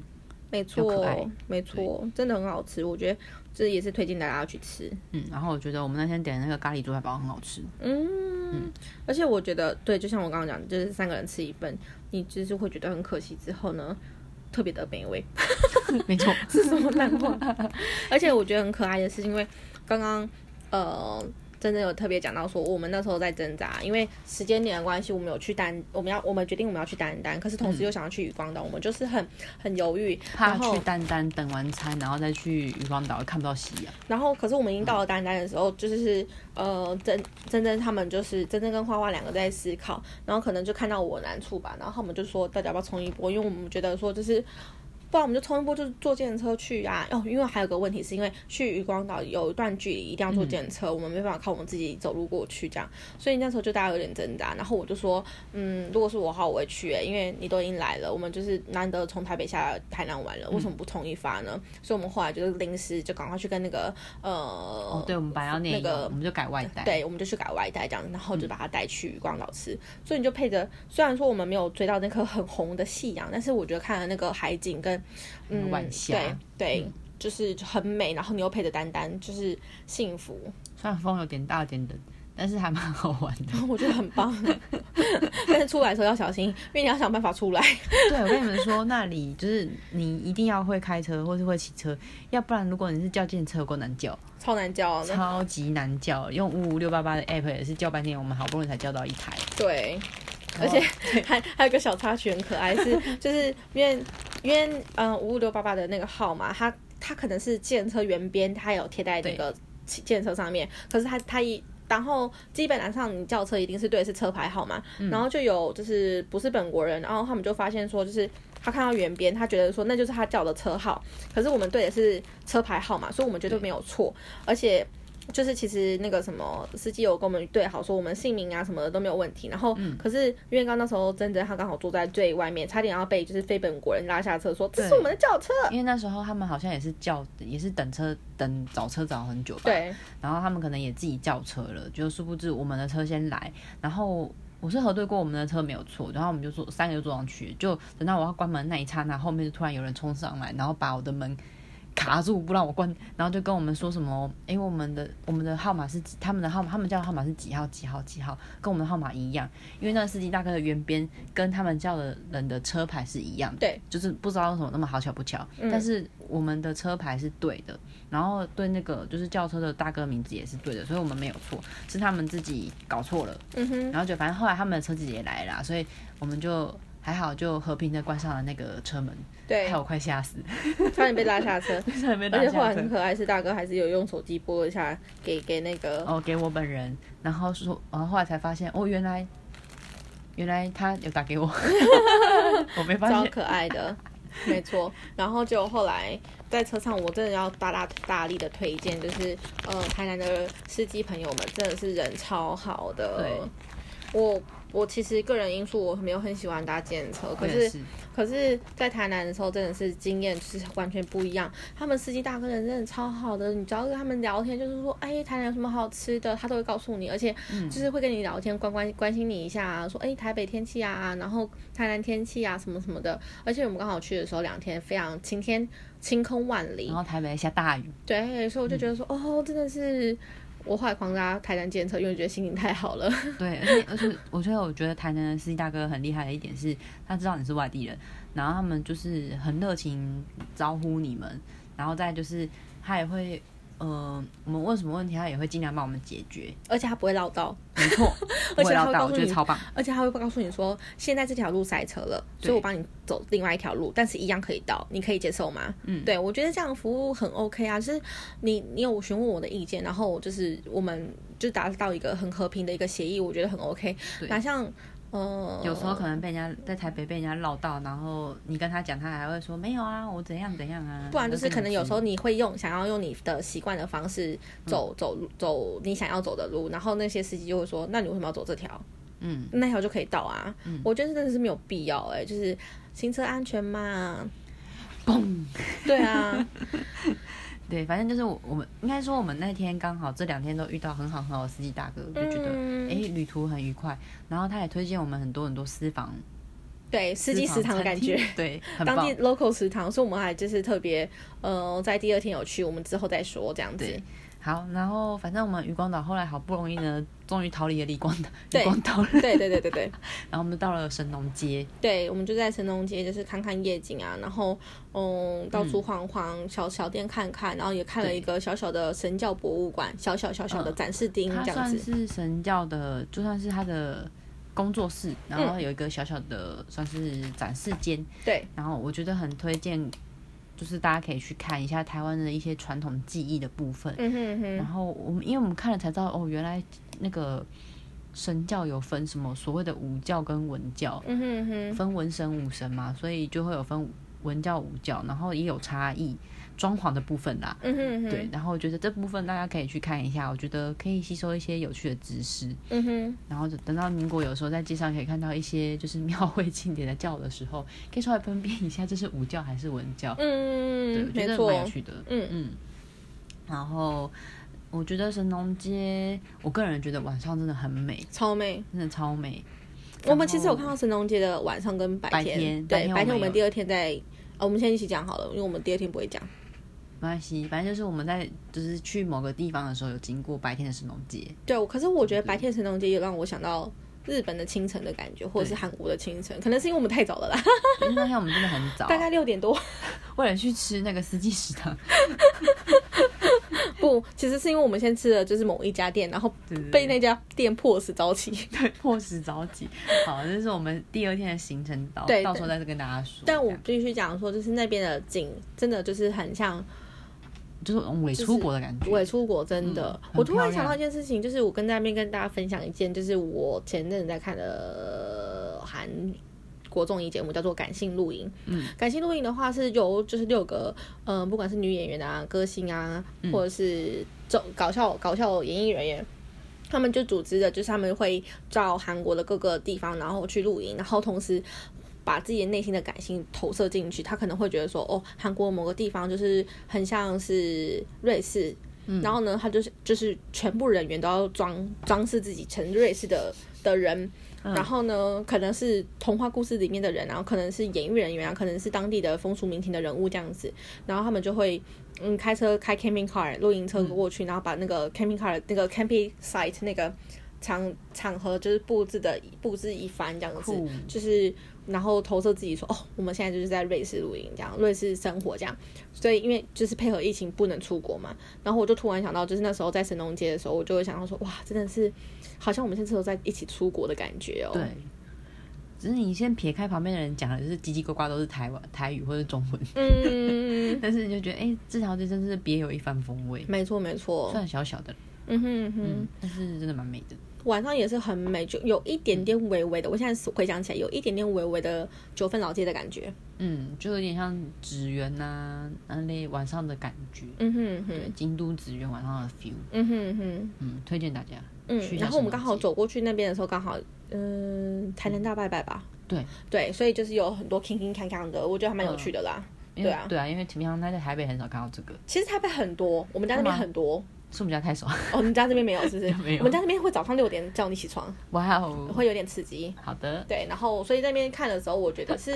Speaker 1: 没
Speaker 2: 又可爱
Speaker 1: 错，没错，真的很好吃。我觉得这也是推荐大家去吃。
Speaker 2: 嗯，然后我觉得我们那天点的那个咖喱猪排堡很好吃， [laughs]
Speaker 1: 嗯，而且我觉得，对，就像我刚刚讲，就是三个人吃一份，你就是会觉得很可惜。之后呢，特别的美味。
Speaker 2: 没错，
Speaker 1: [laughs] 是什么烂话？而且我觉得很可爱的是，因为刚刚呃，真的有特别讲到说，我们那时候在挣扎，因为时间点的关系，我们有去丹，我们要我们决定我们要去丹丹，可是同时又想要去渔光岛，我们就是很很犹豫，
Speaker 2: 怕
Speaker 1: 然后
Speaker 2: 去丹丹等完餐，然后再去渔光岛看不到夕阳，
Speaker 1: 然后可是我们已经到了丹丹的时候，就是呃，真真真他们就是真真跟花花两个在思考，然后可能就看到我难处吧，然后他们就说大家要不要冲一波，因为我们觉得说就是。不然我们就冲一波，就是坐电车去啊！ [laughs] 哦，因为还有个问题，是因为去渔光岛有一段距离，一定要坐电车，我们没办法靠我们自己走路过去这样，所以那时候就大家有点挣扎。然后我就说，嗯，如果是我的话，我会去、欸，因为你都已经来了，我们就是难得从台北下来台南玩了，为什么不冲一发呢？所以我们后来就是临时就赶快去跟那个呃，
Speaker 2: 哦，对，我们本来要念
Speaker 1: 那个
Speaker 2: 我们就改外带，，
Speaker 1: 对，我们就去改外带这样，然
Speaker 2: 嗯
Speaker 1: 后就把它带去渔光岛吃。所以你就配着，虽然说我们没有追到那颗很红的夕阳，但是我觉得看了那个海景跟嗯，
Speaker 2: 晚霞嗯
Speaker 1: 对对。就是很美，然后你又配着丹丹，就是幸福，
Speaker 2: 虽然风有点大有点冷，但是还蛮好玩的。
Speaker 1: 我觉得很棒。 [laughs] 但是出来的时候要小心，因为你要想办法出来。
Speaker 2: [laughs] 对，我跟你们说，那里就是你一定要会开车或是会骑车，要不然如果你是叫电车，有够难叫，
Speaker 1: 超难教啊，那
Speaker 2: 超级难叫。用五五六八八的 app 也是叫半天，我们好不容易才叫到一台。
Speaker 1: 对，而且 [laughs] 还还有个小插曲很可爱，是就是因为因为嗯五五六八八的那个号码，它它可能是建车原编，它有贴在那个汽建车上面，可是它它一。然后基本上你叫车一定是对的是车牌号码，然后就有就是不是本国人，然后他们就发现说就是他看到原编，他觉得说那就是他叫的车号，可是我们对的是车牌号码，所以我们绝对没有错，而且就是其实那个什么司机有跟我们对好，说我们姓名啊什么的都没有问题。然后，可是因为刚那时候珍珍她刚好坐在最外面，差点要被就是非本国人拉下车说这是我们的轿车。
Speaker 2: 因为那时候他们好像也是叫，也是等车等找车找很久吧。。
Speaker 1: 对，
Speaker 2: 然后他们可能也自己叫车了，就殊不知我们的车先来，然后我是核对过我们的车没有错，然后我们就坐三个就坐上去，就等到我要关门那一刹那，后面就突然有人冲上来，然后把我的门。卡住不让我关，然后就跟我们说什么，哎、我们的我们的号码是几他们的号码，他们叫的号码是几号几号几号，跟我们的号码一样，因为那个司机大哥的原编跟他们叫的人的车牌是一样的，
Speaker 1: 对，嗯
Speaker 2: 就是不知道为什么那么好巧不巧，但是我们的车牌是对的，然后对那个就是叫车的大哥名字也是对的，所以我们没有错，是他们自己搞错了，
Speaker 1: 嗯哼， [laughs]
Speaker 2: 然后就反正后来他们的车子也来啦，所以我们就还好，就和平的关上了那个车门，
Speaker 1: 对
Speaker 2: 害，我快吓死， [laughs]
Speaker 1: 差点被 [laughs] 拉下车。
Speaker 2: 差点被
Speaker 1: 而
Speaker 2: 打
Speaker 1: 且后
Speaker 2: 下
Speaker 1: 来
Speaker 2: 车
Speaker 1: 很。可爱，是大哥还是有用手机拨了一下给给那个，
Speaker 2: 哦，给我本人，然后说，然后后来才发现，哦，原来，原来他有打
Speaker 1: [laughs]
Speaker 2: 给我，我没发
Speaker 1: 超
Speaker 2: 现，
Speaker 1: 可爱的，没错。然后就后来在车上，我真的要大大大力的推荐，就是呃，台南的司机朋友们真的是人超好的
Speaker 2: 对。
Speaker 1: 我我其实个人因素我没有很喜欢搭检车，可
Speaker 2: 我
Speaker 1: 是
Speaker 2: 也是，
Speaker 1: 可是，在台南的时候，真的是经验就是完全不一样。他们司机大哥人真的超好的，你只要跟他们聊天，就是说，哎，台南有什么好吃的，他都会告诉你，而且就是会跟你聊天，关关关心你一下、啊，说，哎，台北天气啊，然后台南天气啊，什么什么的。而且我们刚好去的时候，两天非常晴天，晴空万里
Speaker 2: 然，后台北下大雨，
Speaker 1: 对，所以我就觉得说，哦，真的是。我后来狂搭台南检测，因为觉得心情太好了。
Speaker 2: 对，而且而且，我觉得我觉得台南的司机大哥很厉害的一点是，他知道你是外地人，然后他们就是很热情招呼你们，然后再就是他也会，呃，我们问什么问题，他也会尽量帮我们解决，
Speaker 1: [laughs] [laughs] 而且他不会唠叨，
Speaker 2: 没错，
Speaker 1: 而
Speaker 2: 我
Speaker 1: 且
Speaker 2: 也
Speaker 1: 他
Speaker 2: 要
Speaker 1: 会
Speaker 2: 到，
Speaker 1: 告
Speaker 2: 我
Speaker 1: 诉
Speaker 2: 觉得
Speaker 1: 你
Speaker 2: 超棒，
Speaker 1: 而且他会告诉你说，现在这条路塞车了，所以我帮你走另外一条路，但是一样可以到，你可以接受吗？嗯，对我觉得这样的服务很 OK 啊，就是你你有询问我的意见，然后就是我们就达到一个很和平的一个协议，我觉得很 OK。
Speaker 2: 对
Speaker 1: 哪像呃，
Speaker 2: 有时候可能被人家在台北被人家绕到，然后你跟他讲，他还会说没有啊，我怎样怎样啊。
Speaker 1: 不然就是可能有时候
Speaker 2: 你
Speaker 1: 你会用想要用你的习惯的方
Speaker 2: 嗯
Speaker 1: 式走、走路走你想要走的路，然后那些司机就会说，那你为什么要走这条？
Speaker 2: 嗯，
Speaker 1: 那条就可以到啊。我觉得真的是没有必要哎、就是行车安全嘛。
Speaker 2: 嘣，
Speaker 1: [laughs] 对啊，
Speaker 2: 对，反正就是我我们应该说我们那天刚好这两天都遇到很好很好的司机大哥，就觉得哎、
Speaker 1: 嗯
Speaker 2: 诶旅途很愉快，然后他也推荐我们很多很多私房
Speaker 1: 对，司机食堂的感
Speaker 2: 餐
Speaker 1: 觉，
Speaker 2: 厅对，
Speaker 1: [laughs]
Speaker 2: 很
Speaker 1: 当
Speaker 2: 棒
Speaker 1: 地。local 食堂，所以我们还就是特别，呃，在第二天有去，我们之后再说这样子
Speaker 2: 对。好，然后反正我们渔光岛后来好不容易呢，终于逃离了离光岛，
Speaker 1: 对
Speaker 2: 渔光岛了，
Speaker 1: 对对对对对
Speaker 2: 然后我们到了神农街，
Speaker 1: 对，我们就在神农街，就是看看夜景啊，然后嗯，到处晃晃，小小店看看，然后也看了一个小小的神教博物馆，小小小小的展示厅
Speaker 2: 嗯它
Speaker 1: 嗯这样子。
Speaker 2: 算是神教的，就算是他的工作室，然后有一个小小的算是展示间，
Speaker 1: 嗯对，
Speaker 2: 然后我觉得很推荐，就是大家可以去看一下台湾的一些传统技艺的部分。
Speaker 1: 嗯哼
Speaker 2: 然
Speaker 1: 哼，
Speaker 2: 后我们因为我们看了才知道，哦，原来那个神教有分什么所谓的武教跟文教，
Speaker 1: 嗯哼哼，
Speaker 2: 分文神武神嘛，所以就会有分文教武教，然后也有差异，装潢的部分啦。
Speaker 1: 嗯哼哼，
Speaker 2: 对，，然后我觉得这部分大家可以去看一下，我觉得可以吸收一些有趣的知识。
Speaker 1: 嗯哼，
Speaker 2: 然后等到民国有时候在街上可以看到一些就是庙会 [laughs] 庆典的教的时候，可以稍微分辨一下这是武教还是文教。对，
Speaker 1: 嗯
Speaker 2: 我，觉
Speaker 1: 没
Speaker 2: 得
Speaker 1: 错
Speaker 2: 蛮，有趣的。
Speaker 1: 嗯
Speaker 2: 嗯。然后我觉得神农街，我个人觉得晚上真的很美，
Speaker 1: 超美。
Speaker 2: 真的超美。
Speaker 1: 我们其实有看到神农街的晚上跟白
Speaker 2: 白天白
Speaker 1: 对，
Speaker 2: 天
Speaker 1: 白天
Speaker 2: 我们
Speaker 1: 我们
Speaker 2: 有
Speaker 1: 第二天在，呃，我们先一起讲好了，因为我们第二天不会讲。
Speaker 2: 没关系，反正就是我们在就是去某个地方的时候有经过白天的神农街，
Speaker 1: 对，我可是我觉得白天神农街也让我想到日本的清晨的感觉，或者是韩国的清晨，可能是因为我们太早了啦， [laughs]
Speaker 2: 因为那天我们真的很早，
Speaker 1: 大概六点多。
Speaker 2: 为了去吃那个司机食堂， [laughs]
Speaker 1: 不，其实是因为我们先吃了就是某一家店，然后
Speaker 2: 对对对
Speaker 1: 被那家店迫使早
Speaker 2: [laughs]
Speaker 1: 起。
Speaker 2: 迫使着急。好，这是我们第二天的行程到，
Speaker 1: 对
Speaker 2: 到时候再跟大家说。
Speaker 1: 但我
Speaker 2: 这
Speaker 1: 必
Speaker 2: 样
Speaker 1: 须讲说，就是那边的景真的就是很像
Speaker 2: 就是伪出国的感觉，
Speaker 1: 伪出国，真的。
Speaker 2: 嗯
Speaker 1: 我突然
Speaker 2: 很漂
Speaker 1: 想
Speaker 2: 亮
Speaker 1: 到一件事情，就是我跟在那边跟大家分享一件，就是我前阵子在看的呃韩国综艺节目，叫做《感性露营》。嗯，感性露营的话是由就是六个，嗯、不管是女演员啊、歌星啊，
Speaker 2: 嗯
Speaker 1: 或者是这搞笑搞笑演艺人员。他们就组织的，就是他们会到韩国的各个地方，然后去露营，然后同时把自己的内心的感性投射进去，他可能会觉得说，哦，韩国某个地方就是很像是瑞士，然后呢，他就是就是全部人员都要装装饰自己成瑞士的的人，然后呢，可能是童话故事里面的人啊，然后可能是演艺人员啊，可能是当地的风俗民情的人物这样子，然后他们就会嗯开车开 camping car 露营车过去，然后把那个 camping car 那个 camping site 那个场场合就是布置的布置一番这样子
Speaker 2: 酷，
Speaker 1: 就是然后投射自己说哦，我们现在就是在瑞士露营这样，瑞士生活这样，所以因为就是配合疫情不能出国嘛，然后我就突然想到，就是那时候在神农街的时候，我就会想到说哇，真的是好像我们现在都在一起出国的感觉哦。
Speaker 2: 对。只是你先撇开旁边的人讲的，就是叽叽呱呱都是台湾台语或者中文，
Speaker 1: 嗯，
Speaker 2: [laughs] 但是你就觉得，哎、这条街真是别有一番风味。
Speaker 1: 没错没错
Speaker 2: 虽，然小小的，
Speaker 1: 嗯哼嗯哼。
Speaker 2: 嗯，但是真的蛮美的。
Speaker 1: 晚上也是很美，就有一点点微微的，我现在回想起来有一点点微微的九份老街的感觉。
Speaker 2: 嗯，就有点像纸园呐那类晚上的感觉。
Speaker 1: 嗯哼嗯
Speaker 2: 对
Speaker 1: 哼，
Speaker 2: 京都纸园晚上的 feel，
Speaker 1: 嗯哼嗯哼。
Speaker 2: 嗯，推荐大家。去
Speaker 1: 嗯，
Speaker 2: 一下
Speaker 1: 然后我们
Speaker 2: 神农
Speaker 1: 刚好
Speaker 2: 街
Speaker 1: 走过去那边的时候，刚好嗯、台南大拜拜吧，
Speaker 2: 对，
Speaker 1: 对，所以就是有很多铿铿锵锵的，我觉得还蛮有趣的啦。
Speaker 2: 因为
Speaker 1: 对啊
Speaker 2: 对啊，因为平常他在台北很少看到这个，
Speaker 1: 其实台北很多，我们家那边
Speaker 2: 干嘛
Speaker 1: 很多。
Speaker 2: 是我们家
Speaker 1: [laughs]
Speaker 2: 太少。？
Speaker 1: 哦，你们家这 [laughs] 边没有嗯是不是
Speaker 2: 没有
Speaker 1: 我们家那边会早上六点叫你起床，
Speaker 2: 哇哦，
Speaker 1: 会有点刺激。
Speaker 2: 好的，
Speaker 1: 对，然后所以在那边看的时候，我觉得是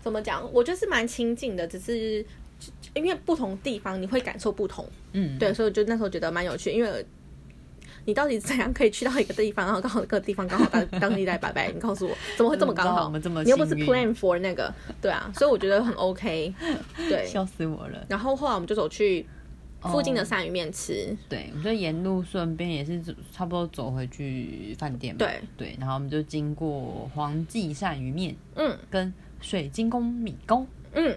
Speaker 1: 怎么讲？我觉得是蛮亲近的，只是因为不同地方你会感受不同。
Speaker 2: 嗯，
Speaker 1: 对，所以我就那时候觉得蛮有趣，因为你到底怎样可以去到一个地方，然后刚好那个地方刚好当当地在拜拜？你告诉我，怎么会这么刚
Speaker 2: 嗯怎么知
Speaker 1: 好？
Speaker 2: 道我们这么
Speaker 1: 你又不是
Speaker 2: 幸运
Speaker 1: plan for 那个，对啊，所以我觉得很 OK。对，
Speaker 2: [laughs] 笑死我了。
Speaker 1: 然后后来我们就走去附近的
Speaker 2: 哦
Speaker 1: 鳝鱼面吃，
Speaker 2: 对，我们就沿路顺便也是走差不多走回去饭店嘛。
Speaker 1: 对
Speaker 2: 对，然后我们就经过黄记鳝鱼面
Speaker 1: 嗯
Speaker 2: 跟水晶宫米糕，
Speaker 1: 嗯，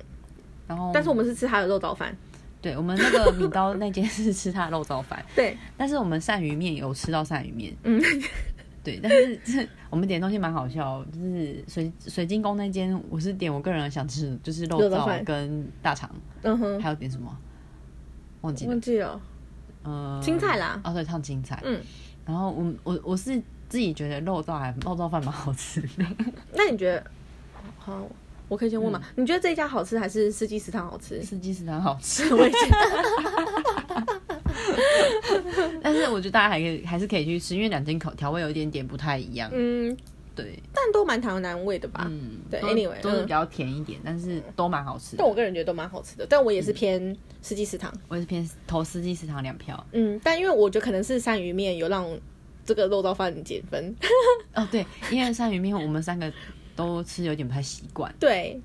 Speaker 2: 然后
Speaker 1: 但是我们是吃它的肉燥饭，
Speaker 2: 对我们那个米糕那间是吃它的肉燥饭，
Speaker 1: 对，
Speaker 2: 但是我们鳝鱼面有吃到鳝鱼面，
Speaker 1: 嗯，
Speaker 2: 对，但是这我们点的东西蛮好笑，就是水水晶宫那间，我是点我个人想吃的，就是肉
Speaker 1: 肉燥
Speaker 2: 燥
Speaker 1: 饭
Speaker 2: 跟大肠，
Speaker 1: 嗯哼，
Speaker 2: 还有点什么忘记了
Speaker 1: 忘，记了，
Speaker 2: 嗯、
Speaker 1: 青菜啦
Speaker 2: 哦对，烫青菜，
Speaker 1: 嗯，
Speaker 2: 然后我我我是自己觉得肉燥还肉燥饭蛮好吃
Speaker 1: [laughs]
Speaker 2: 的，
Speaker 1: 那你觉得好？我可以先问吗？你觉得这一家好吃还是四季食堂好吃？
Speaker 2: 嗯司机食堂好吃，
Speaker 1: 我也觉得，
Speaker 2: [laughs] 但是我觉得大家还可以还是可以去吃，因为两间口调味有一点点不太一样，
Speaker 1: 嗯，
Speaker 2: 对，
Speaker 1: 但都蛮台南味的吧。
Speaker 2: 嗯，
Speaker 1: 对
Speaker 2: 都
Speaker 1: anyway，
Speaker 2: 都
Speaker 1: 嗯
Speaker 2: 是比较甜一点，但是都蛮好吃的
Speaker 1: 但我，个人觉得都蛮好吃的，但我也是偏四季食堂。
Speaker 2: 我也是偏投司机食堂两票。
Speaker 1: 嗯，但因为我觉得可能是鳝鱼面有让这个肉燥饭减分。 [laughs]
Speaker 2: 哦，对， [laughs] 因为鳝鱼面我们三个都吃有点不太习
Speaker 1: [laughs]
Speaker 2: 惯，
Speaker 1: 对，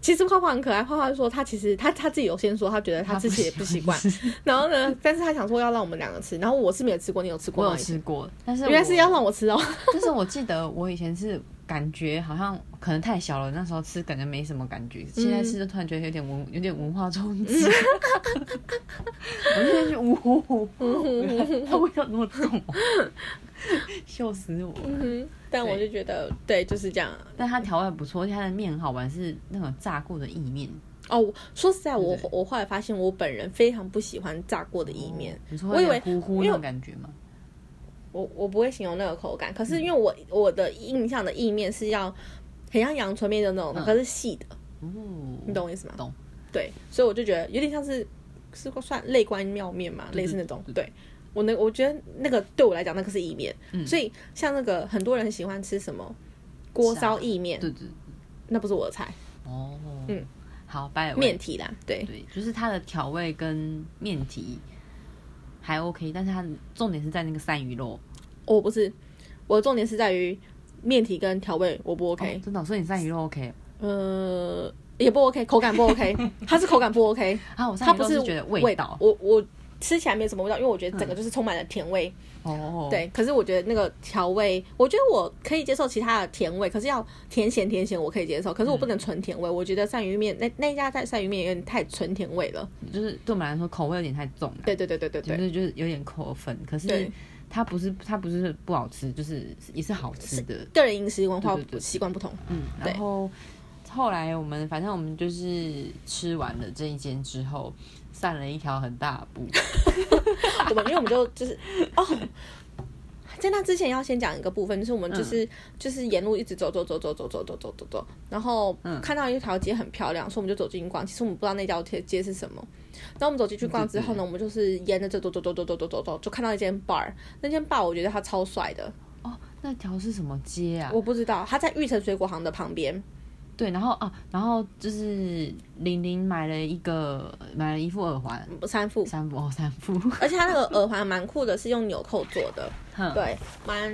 Speaker 1: 其实花花很可爱，花花说她其实她她自己有先说她觉得她自己也不习
Speaker 2: [laughs]
Speaker 1: 惯，然后呢，但是她想说要让我们两个吃，然后我是没有吃过，你有吃过
Speaker 2: 我
Speaker 1: 吗？
Speaker 2: 有吃过，但是
Speaker 1: 原来是要
Speaker 2: 我，
Speaker 1: 让我吃哦。
Speaker 2: 但是我记得我以前是感觉好像可能太小了，那时候吃感觉没什么感觉，现在吃就突然觉得有点文有点文化冲击。
Speaker 1: 嗯
Speaker 2: [laughs] 我现在是呜呼呼，
Speaker 1: 嗯
Speaker 2: [laughs] 它味道那么重哦，笑死我了。
Speaker 1: 嗯，但我就觉得对，就是这样。啊
Speaker 2: 但它调味不错，而且它的面很好玩，是那种炸过的意面。
Speaker 1: 哦，我说实在，我
Speaker 2: 对
Speaker 1: 我后来发现我本人非常不喜欢炸过的意面。
Speaker 2: 哦你说
Speaker 1: 我
Speaker 2: 会
Speaker 1: 以
Speaker 2: 有
Speaker 1: 为
Speaker 2: 点糊糊
Speaker 1: 因为
Speaker 2: 那种感觉吗？哦
Speaker 1: 我我不会形容那个口感，可
Speaker 2: 嗯
Speaker 1: 是因为我我的印象的意面是要很像阳春面的那种，
Speaker 2: 嗯
Speaker 1: 可是细的，
Speaker 2: 哦，
Speaker 1: 你懂我意思吗？
Speaker 2: 懂。哦
Speaker 1: 对，所以我就觉得有点像是是算类关庙面嘛，
Speaker 2: 对
Speaker 1: 类似那种。
Speaker 2: 对
Speaker 1: 对我那我觉得那个对我来讲那个是意面，
Speaker 2: 嗯
Speaker 1: 所以像那个很多人喜欢吃什么锅烧意面，
Speaker 2: 对对，对
Speaker 1: 那不是我的菜，
Speaker 2: 哦，
Speaker 1: 嗯，
Speaker 2: 好，拜
Speaker 1: 面体啦，对。
Speaker 2: 对，就是它的调味跟面体还 OK，但是它重点是在那个鳝鱼肉。哦
Speaker 1: 我不是，我的重点是在于面体跟调味我不 OK，、
Speaker 2: 哦真的哦、所以你鳝鱼肉 OK
Speaker 1: 呃，也不 OK，口感不
Speaker 2: [laughs]
Speaker 1: OK，它是口感不 OK，
Speaker 2: 啊？我
Speaker 1: 它
Speaker 2: 鳝鱼
Speaker 1: 不
Speaker 2: 肉是觉
Speaker 1: 味
Speaker 2: 得味道嗯
Speaker 1: 我我吃起来没什么味道，因为我觉得整个就是充满了甜味，
Speaker 2: 哦，，
Speaker 1: 对。可是我觉得那个调味，我觉得我可以接受其他的甜味，可是要甜咸甜咸我可以接受，可是
Speaker 2: 嗯
Speaker 1: 我不能纯甜味。我觉得鳝鱼面那那一家在鳝鱼面有点太纯甜味了，
Speaker 2: 就是对我们来说口味有点太重了，
Speaker 1: 对对对对对
Speaker 2: 就
Speaker 1: 对。
Speaker 2: 是就是有点扣分。可是
Speaker 1: 对
Speaker 2: 它不是它不是不好吃，就是也是好吃的。
Speaker 1: 个人饮食文化
Speaker 2: 对对对
Speaker 1: 习惯不同，
Speaker 2: 嗯，
Speaker 1: 对
Speaker 2: 然后后来我们反正我们就是吃完了这一间之后，散了一条很大的 [laughs] 步。
Speaker 1: 我们因为我们就就是哦，在那之前要先讲一个部分，就是我们
Speaker 2: 嗯
Speaker 1: 就是、就是沿路一直走走走走走走走走走走，然后
Speaker 2: 嗯
Speaker 1: 看到一条街很漂亮，所以我们就走进去逛。其实我们不知道那条街街是什么。然后我们走进去逛之后呢，我们就是沿着走走走走走走走走走，就看到一间 bar。那间 bar 我觉得它超帅的，
Speaker 2: 哦，那条是什么街啊？
Speaker 1: 我不知道，他在玉成水果行的旁边。
Speaker 2: 对，然后啊，然后就是玲玲买了一个买了一副耳环，
Speaker 1: 三副，
Speaker 2: 三副哦，三副，
Speaker 1: 而且它那个耳环蛮酷的，是用纽扣做的，
Speaker 2: 哼
Speaker 1: 对，蛮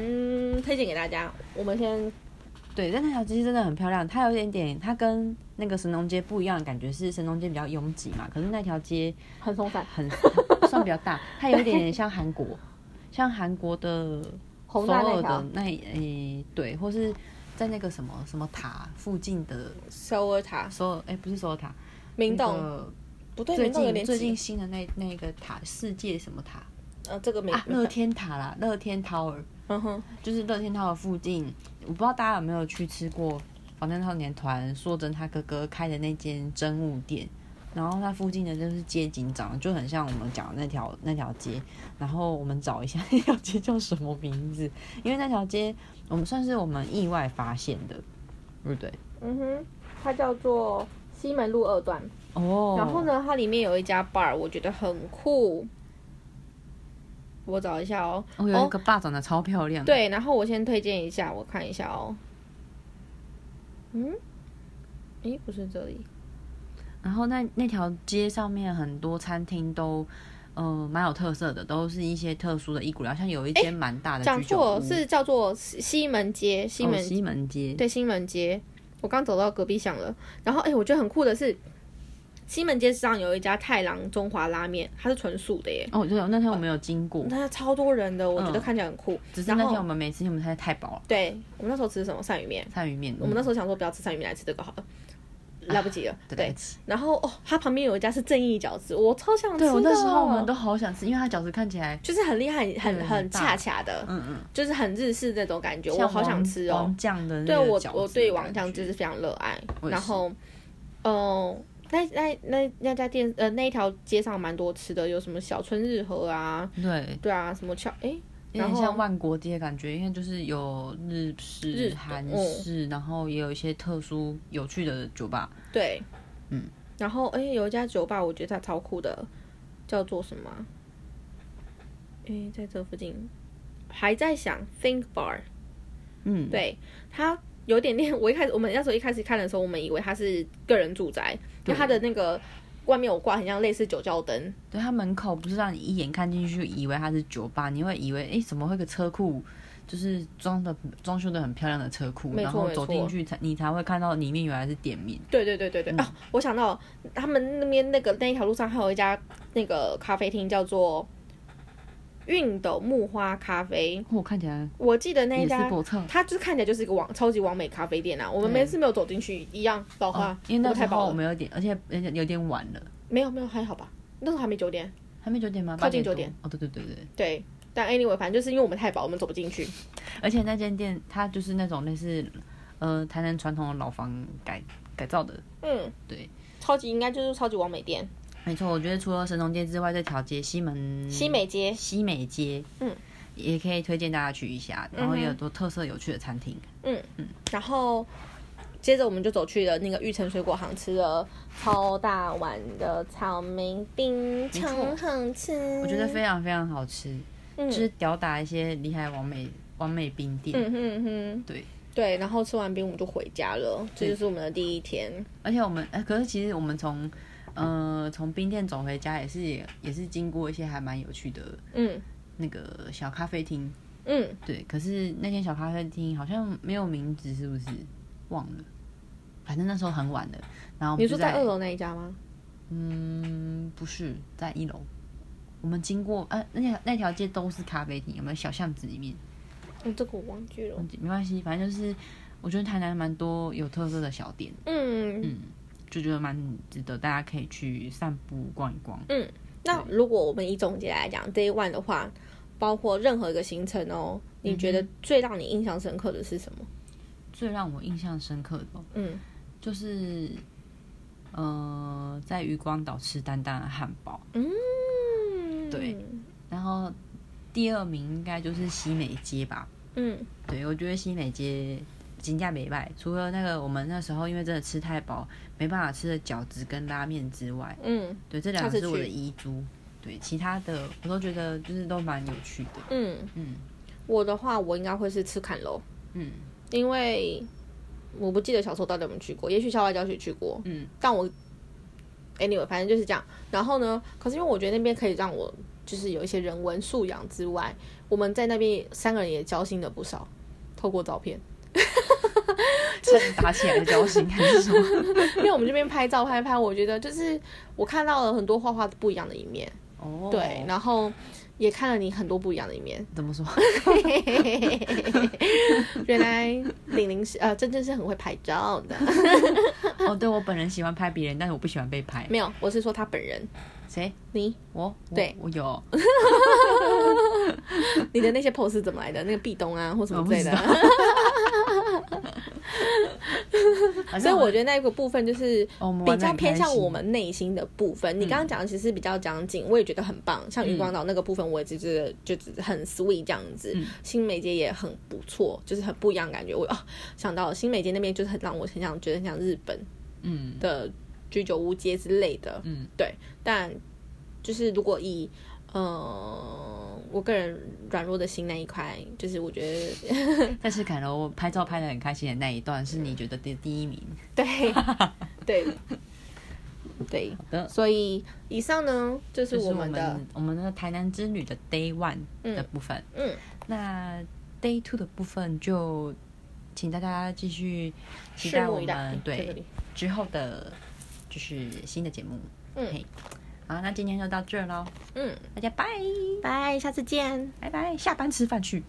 Speaker 1: 推荐给大家。我们先
Speaker 2: [laughs] 对，但那条街真的很漂亮，它有一点点，它跟那个神农街不一样的感觉是神农街比较拥挤嘛，可是那条街
Speaker 1: 很松散，
Speaker 2: 很 [laughs] 算比较大，它有一点点像韩国，像韩国的
Speaker 1: 宏
Speaker 2: 首
Speaker 1: 大那条
Speaker 2: 尔的哦那诶、对，或是在那个什么什么塔附近的
Speaker 1: 首尔塔、
Speaker 2: 首尔诶、不是首尔塔，
Speaker 1: 明
Speaker 2: 那
Speaker 1: 洞
Speaker 2: 个
Speaker 1: 不对，
Speaker 2: 最
Speaker 1: 明洞有
Speaker 2: 近
Speaker 1: 点
Speaker 2: 最近
Speaker 1: 挤。
Speaker 2: 新的那那个塔世界什么塔
Speaker 1: 呃，这个没
Speaker 2: 啊乐
Speaker 1: 没看
Speaker 2: 天塔啦，乐天 Tower
Speaker 1: 嗯哼，
Speaker 2: 就是乐天 Tower 附近，我不知道大家有没有去吃过防弹少年团硕珍他哥哥开的那间真物店。然后它附近的就是街景，长得就很像我们讲的那条那条街。然后我们找一下那条街叫什么名字，因为那条街我们算是我们意外发现的，对不对？
Speaker 1: 嗯哼，它叫做西门路二段。
Speaker 2: 哦，
Speaker 1: 然后？呢，它里面有一家 bar，我觉得很酷。我找一下哦。
Speaker 2: 我有一个爸长得超漂亮，，
Speaker 1: 对，然后我先推荐一下，我看一下哦。嗯，诶，不是这里。
Speaker 2: 然后那那条街上面很多餐厅都，呃，蛮有特色的，都是一些特殊的异国料，像有一间蛮大的
Speaker 1: 讲
Speaker 2: 居酒
Speaker 1: 错
Speaker 2: 屋
Speaker 1: 是叫做西西门街，西
Speaker 2: 哦
Speaker 1: 门、
Speaker 2: 西门街，
Speaker 1: 对西门街。我刚走到隔壁巷了，然后诶，哎我觉得很酷的是，西门街上有一家太郎中华拉面，它是纯素的耶。
Speaker 2: 哦，对，那天我没有经过，
Speaker 1: 那超多人的，我觉得看起来很酷。
Speaker 2: 嗯只是
Speaker 1: 然
Speaker 2: 那
Speaker 1: 后
Speaker 2: 天我们没吃，因为我们太太饱了，
Speaker 1: 对我们那时候吃什么鳝鱼面，
Speaker 2: 鳝鱼面，嗯
Speaker 1: 我们那时候想说不要吃鳝鱼面，来吃这个好了，来不及了。
Speaker 2: 啊对
Speaker 1: 对
Speaker 2: 不，起
Speaker 1: 然后哦，它旁边有一家是正义饺子，我超想吃
Speaker 2: 对
Speaker 1: 的。
Speaker 2: 我那时候我们都好想吃，因为它饺子看起来，
Speaker 1: 就是很厉害、很很很
Speaker 2: 很大
Speaker 1: 恰恰的，
Speaker 2: 嗯嗯，
Speaker 1: 就是很日式那种感觉，我
Speaker 2: 像
Speaker 1: 好想
Speaker 2: 王
Speaker 1: 吃哦
Speaker 2: 王。酱的那
Speaker 1: 对
Speaker 2: 个
Speaker 1: 我
Speaker 2: 饺，
Speaker 1: 我
Speaker 2: 子
Speaker 1: 对
Speaker 2: 的
Speaker 1: 王
Speaker 2: 感
Speaker 1: 酱
Speaker 2: 觉
Speaker 1: 就是非常热爱。
Speaker 2: 我也
Speaker 1: 然
Speaker 2: 是
Speaker 1: 后，嗯、那那那那家店呃那一条街上蛮多吃的，有什么小春日和啊，
Speaker 2: 对。
Speaker 1: 对啊，什么巧诶，
Speaker 2: 有
Speaker 1: 然
Speaker 2: 点
Speaker 1: 后
Speaker 2: 嗯像万国街的感觉，因为就是有日式、
Speaker 1: 日
Speaker 2: 韩
Speaker 1: 嗯
Speaker 2: 式，然后也有一些特殊有趣的酒吧。
Speaker 1: 对，
Speaker 2: 嗯，
Speaker 1: 然后诶，有一家酒吧，我觉得它超酷的，叫做什么啊？诶，在这附近，还在想 Think Bar，
Speaker 2: 嗯，
Speaker 1: 对，它有点点。我一开始我们那时候一开始看的时候，我们以为它是个人住宅，因为它的那个外面有挂很像类似酒窖灯，
Speaker 2: 对，它门口不是让你一眼看进去就以为它是酒吧，你会以为诶，怎么会有个车库，就是装的装修的很漂亮的车库，
Speaker 1: 没错
Speaker 2: 然后
Speaker 1: 没
Speaker 2: 走
Speaker 1: 错
Speaker 2: 进去才你才会看到里面原来是店面。
Speaker 1: 对对对对对、
Speaker 2: 嗯
Speaker 1: 啊！我想到他们那边那个那一条路上还有一家那个咖啡厅叫做熨斗木花咖啡，
Speaker 2: 我看起来
Speaker 1: 我记得那一
Speaker 2: 也是
Speaker 1: 家。
Speaker 2: 不错。
Speaker 1: 它就是看起来就是一个网超级完美咖啡店啊！我们每次没有走进去，一样老花、
Speaker 2: 哦，因为那
Speaker 1: 我
Speaker 2: 时
Speaker 1: 太
Speaker 2: 候
Speaker 1: 饱
Speaker 2: 我
Speaker 1: 了。
Speaker 2: 们有点，而且而且有点晚了，
Speaker 1: 没有没有还好吧？那时候还没九点。
Speaker 2: 还没九点吗？
Speaker 1: 靠近
Speaker 2: 八
Speaker 1: 9点
Speaker 2: 多。哦，对对对对，
Speaker 1: 对，但 anyway，反正就是因为我们太饱，我们走不进去。
Speaker 2: 而且那间店它就是那种类似，呃，台南传统的老房改改造的。
Speaker 1: 嗯，
Speaker 2: 对，
Speaker 1: 超级应该就是超级完美店，
Speaker 2: 没错，我觉得除了神农街之外，这条街西门
Speaker 1: 西美街。
Speaker 2: 西美街，
Speaker 1: 嗯，
Speaker 2: 也可以推荐大家去一下，然后也有很多特色有趣的餐厅。
Speaker 1: 嗯然后接着我们就走去了那个玉成水果行，吃了超大碗的草莓冰，
Speaker 2: 错
Speaker 1: 超好吃。
Speaker 2: 我觉得非常非常好吃，
Speaker 1: 嗯
Speaker 2: 就是吊打一些厉害完美完美冰店。
Speaker 1: 嗯哼哼，
Speaker 2: 对
Speaker 1: 对。然后吃完冰我们就回家了，这就是我们的第一天。
Speaker 2: 而且我们，哎、可是其实我们从，呃，从冰店走回家也是也也是经过一些还蛮有趣的
Speaker 1: 嗯
Speaker 2: 那个小咖啡厅。
Speaker 1: 嗯，
Speaker 2: 对，可是那间小咖啡厅好像没有名字，是不是？忘了，反正那时候很晚了。然后我们
Speaker 1: 你
Speaker 2: 就
Speaker 1: 说在二楼那一家吗？
Speaker 2: 嗯，不是在一楼。我们经过，呃，那条那条街都是咖啡厅，有没有小巷子里面？
Speaker 1: 嗯，这个我忘记了。
Speaker 2: 没关系，反正就是，我觉得台南蛮多有特色的小店，
Speaker 1: 嗯，
Speaker 2: 就觉得蛮值得大家可以去散步逛一逛。
Speaker 1: 那如果我们以总结来讲，Day One 的话，包括任何一个行程哦，你觉得最让你印象深刻的是什么？
Speaker 2: 最让我印象深刻的哦
Speaker 1: 嗯
Speaker 2: 就是，呃，在渔光岛吃丹丹的汉堡，
Speaker 1: 嗯，
Speaker 2: 对，然后第二名应该就是西美街吧，
Speaker 1: 嗯
Speaker 2: 对，我觉得西美街金价没败，除了那个我们那时候因为真的吃太饱，没办法吃的饺子跟拉面之外，
Speaker 1: 嗯
Speaker 2: 对，这两个
Speaker 1: 下次
Speaker 2: 是我的
Speaker 1: 去 [laughs]
Speaker 2: 遗珠。对，其他的我都觉得就是都蛮有趣的。
Speaker 1: 嗯
Speaker 2: 嗯，
Speaker 1: 我的话，我应该会是吃砍楼，
Speaker 2: 嗯
Speaker 1: 因为我不记得小时候到底有没有去过，也许校外教学去过，
Speaker 2: 嗯，
Speaker 1: 但我 anyway 反正就是这样。然后呢，可是因为我觉得那边可以让我就是有一些人文素养之外，我们在那边三个人也交心了不少，透过照片，
Speaker 2: 差点打起来的交情还是什么？
Speaker 1: [laughs] 因为我们这边拍照拍拍，我觉得就是我看到了很多画画不一样的一面，
Speaker 2: 哦，
Speaker 1: 对，然后也看了你很多不一样的一面。 [laughs]
Speaker 2: 怎么说？ [laughs]
Speaker 1: 原来玲玲是呃，真真是很会拍照的。 [laughs]
Speaker 2: 哦，对我本人喜欢拍别人，但是我不喜欢被拍。
Speaker 1: 没有，我是说她本人，
Speaker 2: 谁？
Speaker 1: 你
Speaker 2: 我？我
Speaker 1: 对
Speaker 2: 我
Speaker 1: [laughs]
Speaker 2: 有。
Speaker 1: 你的那些 pose 是怎么来的？那个壁咚啊，或什么
Speaker 2: 哦我不
Speaker 1: 之类
Speaker 2: 知
Speaker 1: 的
Speaker 2: 道。
Speaker 1: [laughs]
Speaker 2: 啊
Speaker 1: 所以我觉得那个部分就是
Speaker 2: 哦我们
Speaker 1: 比
Speaker 2: 玩得
Speaker 1: 较
Speaker 2: 很
Speaker 1: 偏向
Speaker 2: 开心
Speaker 1: 我们内心的部分。你刚刚
Speaker 2: 嗯
Speaker 1: 讲的其实比较讲紧，我也觉得很棒。像渔光岛那个部分，我也只是就只是很 sweet 这样子。
Speaker 2: 嗯
Speaker 1: 新美街也很不错，就是很不一样的感觉。我哦想到了新美街那边就是很让我很想觉得很像日本
Speaker 2: 嗯
Speaker 1: 的居酒屋街之类的。
Speaker 2: 嗯，
Speaker 1: 对。但就是如果以呃我个人软弱的心那一块，就是我觉得 [laughs]
Speaker 2: 但是凯柔拍照拍的很开心的那一段，是你觉得第第一名？ [laughs]
Speaker 1: 对对对
Speaker 2: 的，
Speaker 1: 所以以上呢就是
Speaker 2: 就是
Speaker 1: 我
Speaker 2: 我
Speaker 1: 们的
Speaker 2: 们我们的台南之旅的 Day One
Speaker 1: 嗯
Speaker 2: 的部分。
Speaker 1: 嗯，
Speaker 2: 那 Day Two 的部分就请大家继续期待
Speaker 1: 拭
Speaker 2: 我
Speaker 1: 目以待
Speaker 2: 们。
Speaker 1: 嗯在这
Speaker 2: 对
Speaker 1: 里
Speaker 2: 之后的，就是新的节目。
Speaker 1: 嗯
Speaker 2: 嘿，好，那今天就到这喽，
Speaker 1: 嗯，
Speaker 2: 大家拜
Speaker 1: 拜，下次见。
Speaker 2: 拜拜，下班吃饭去。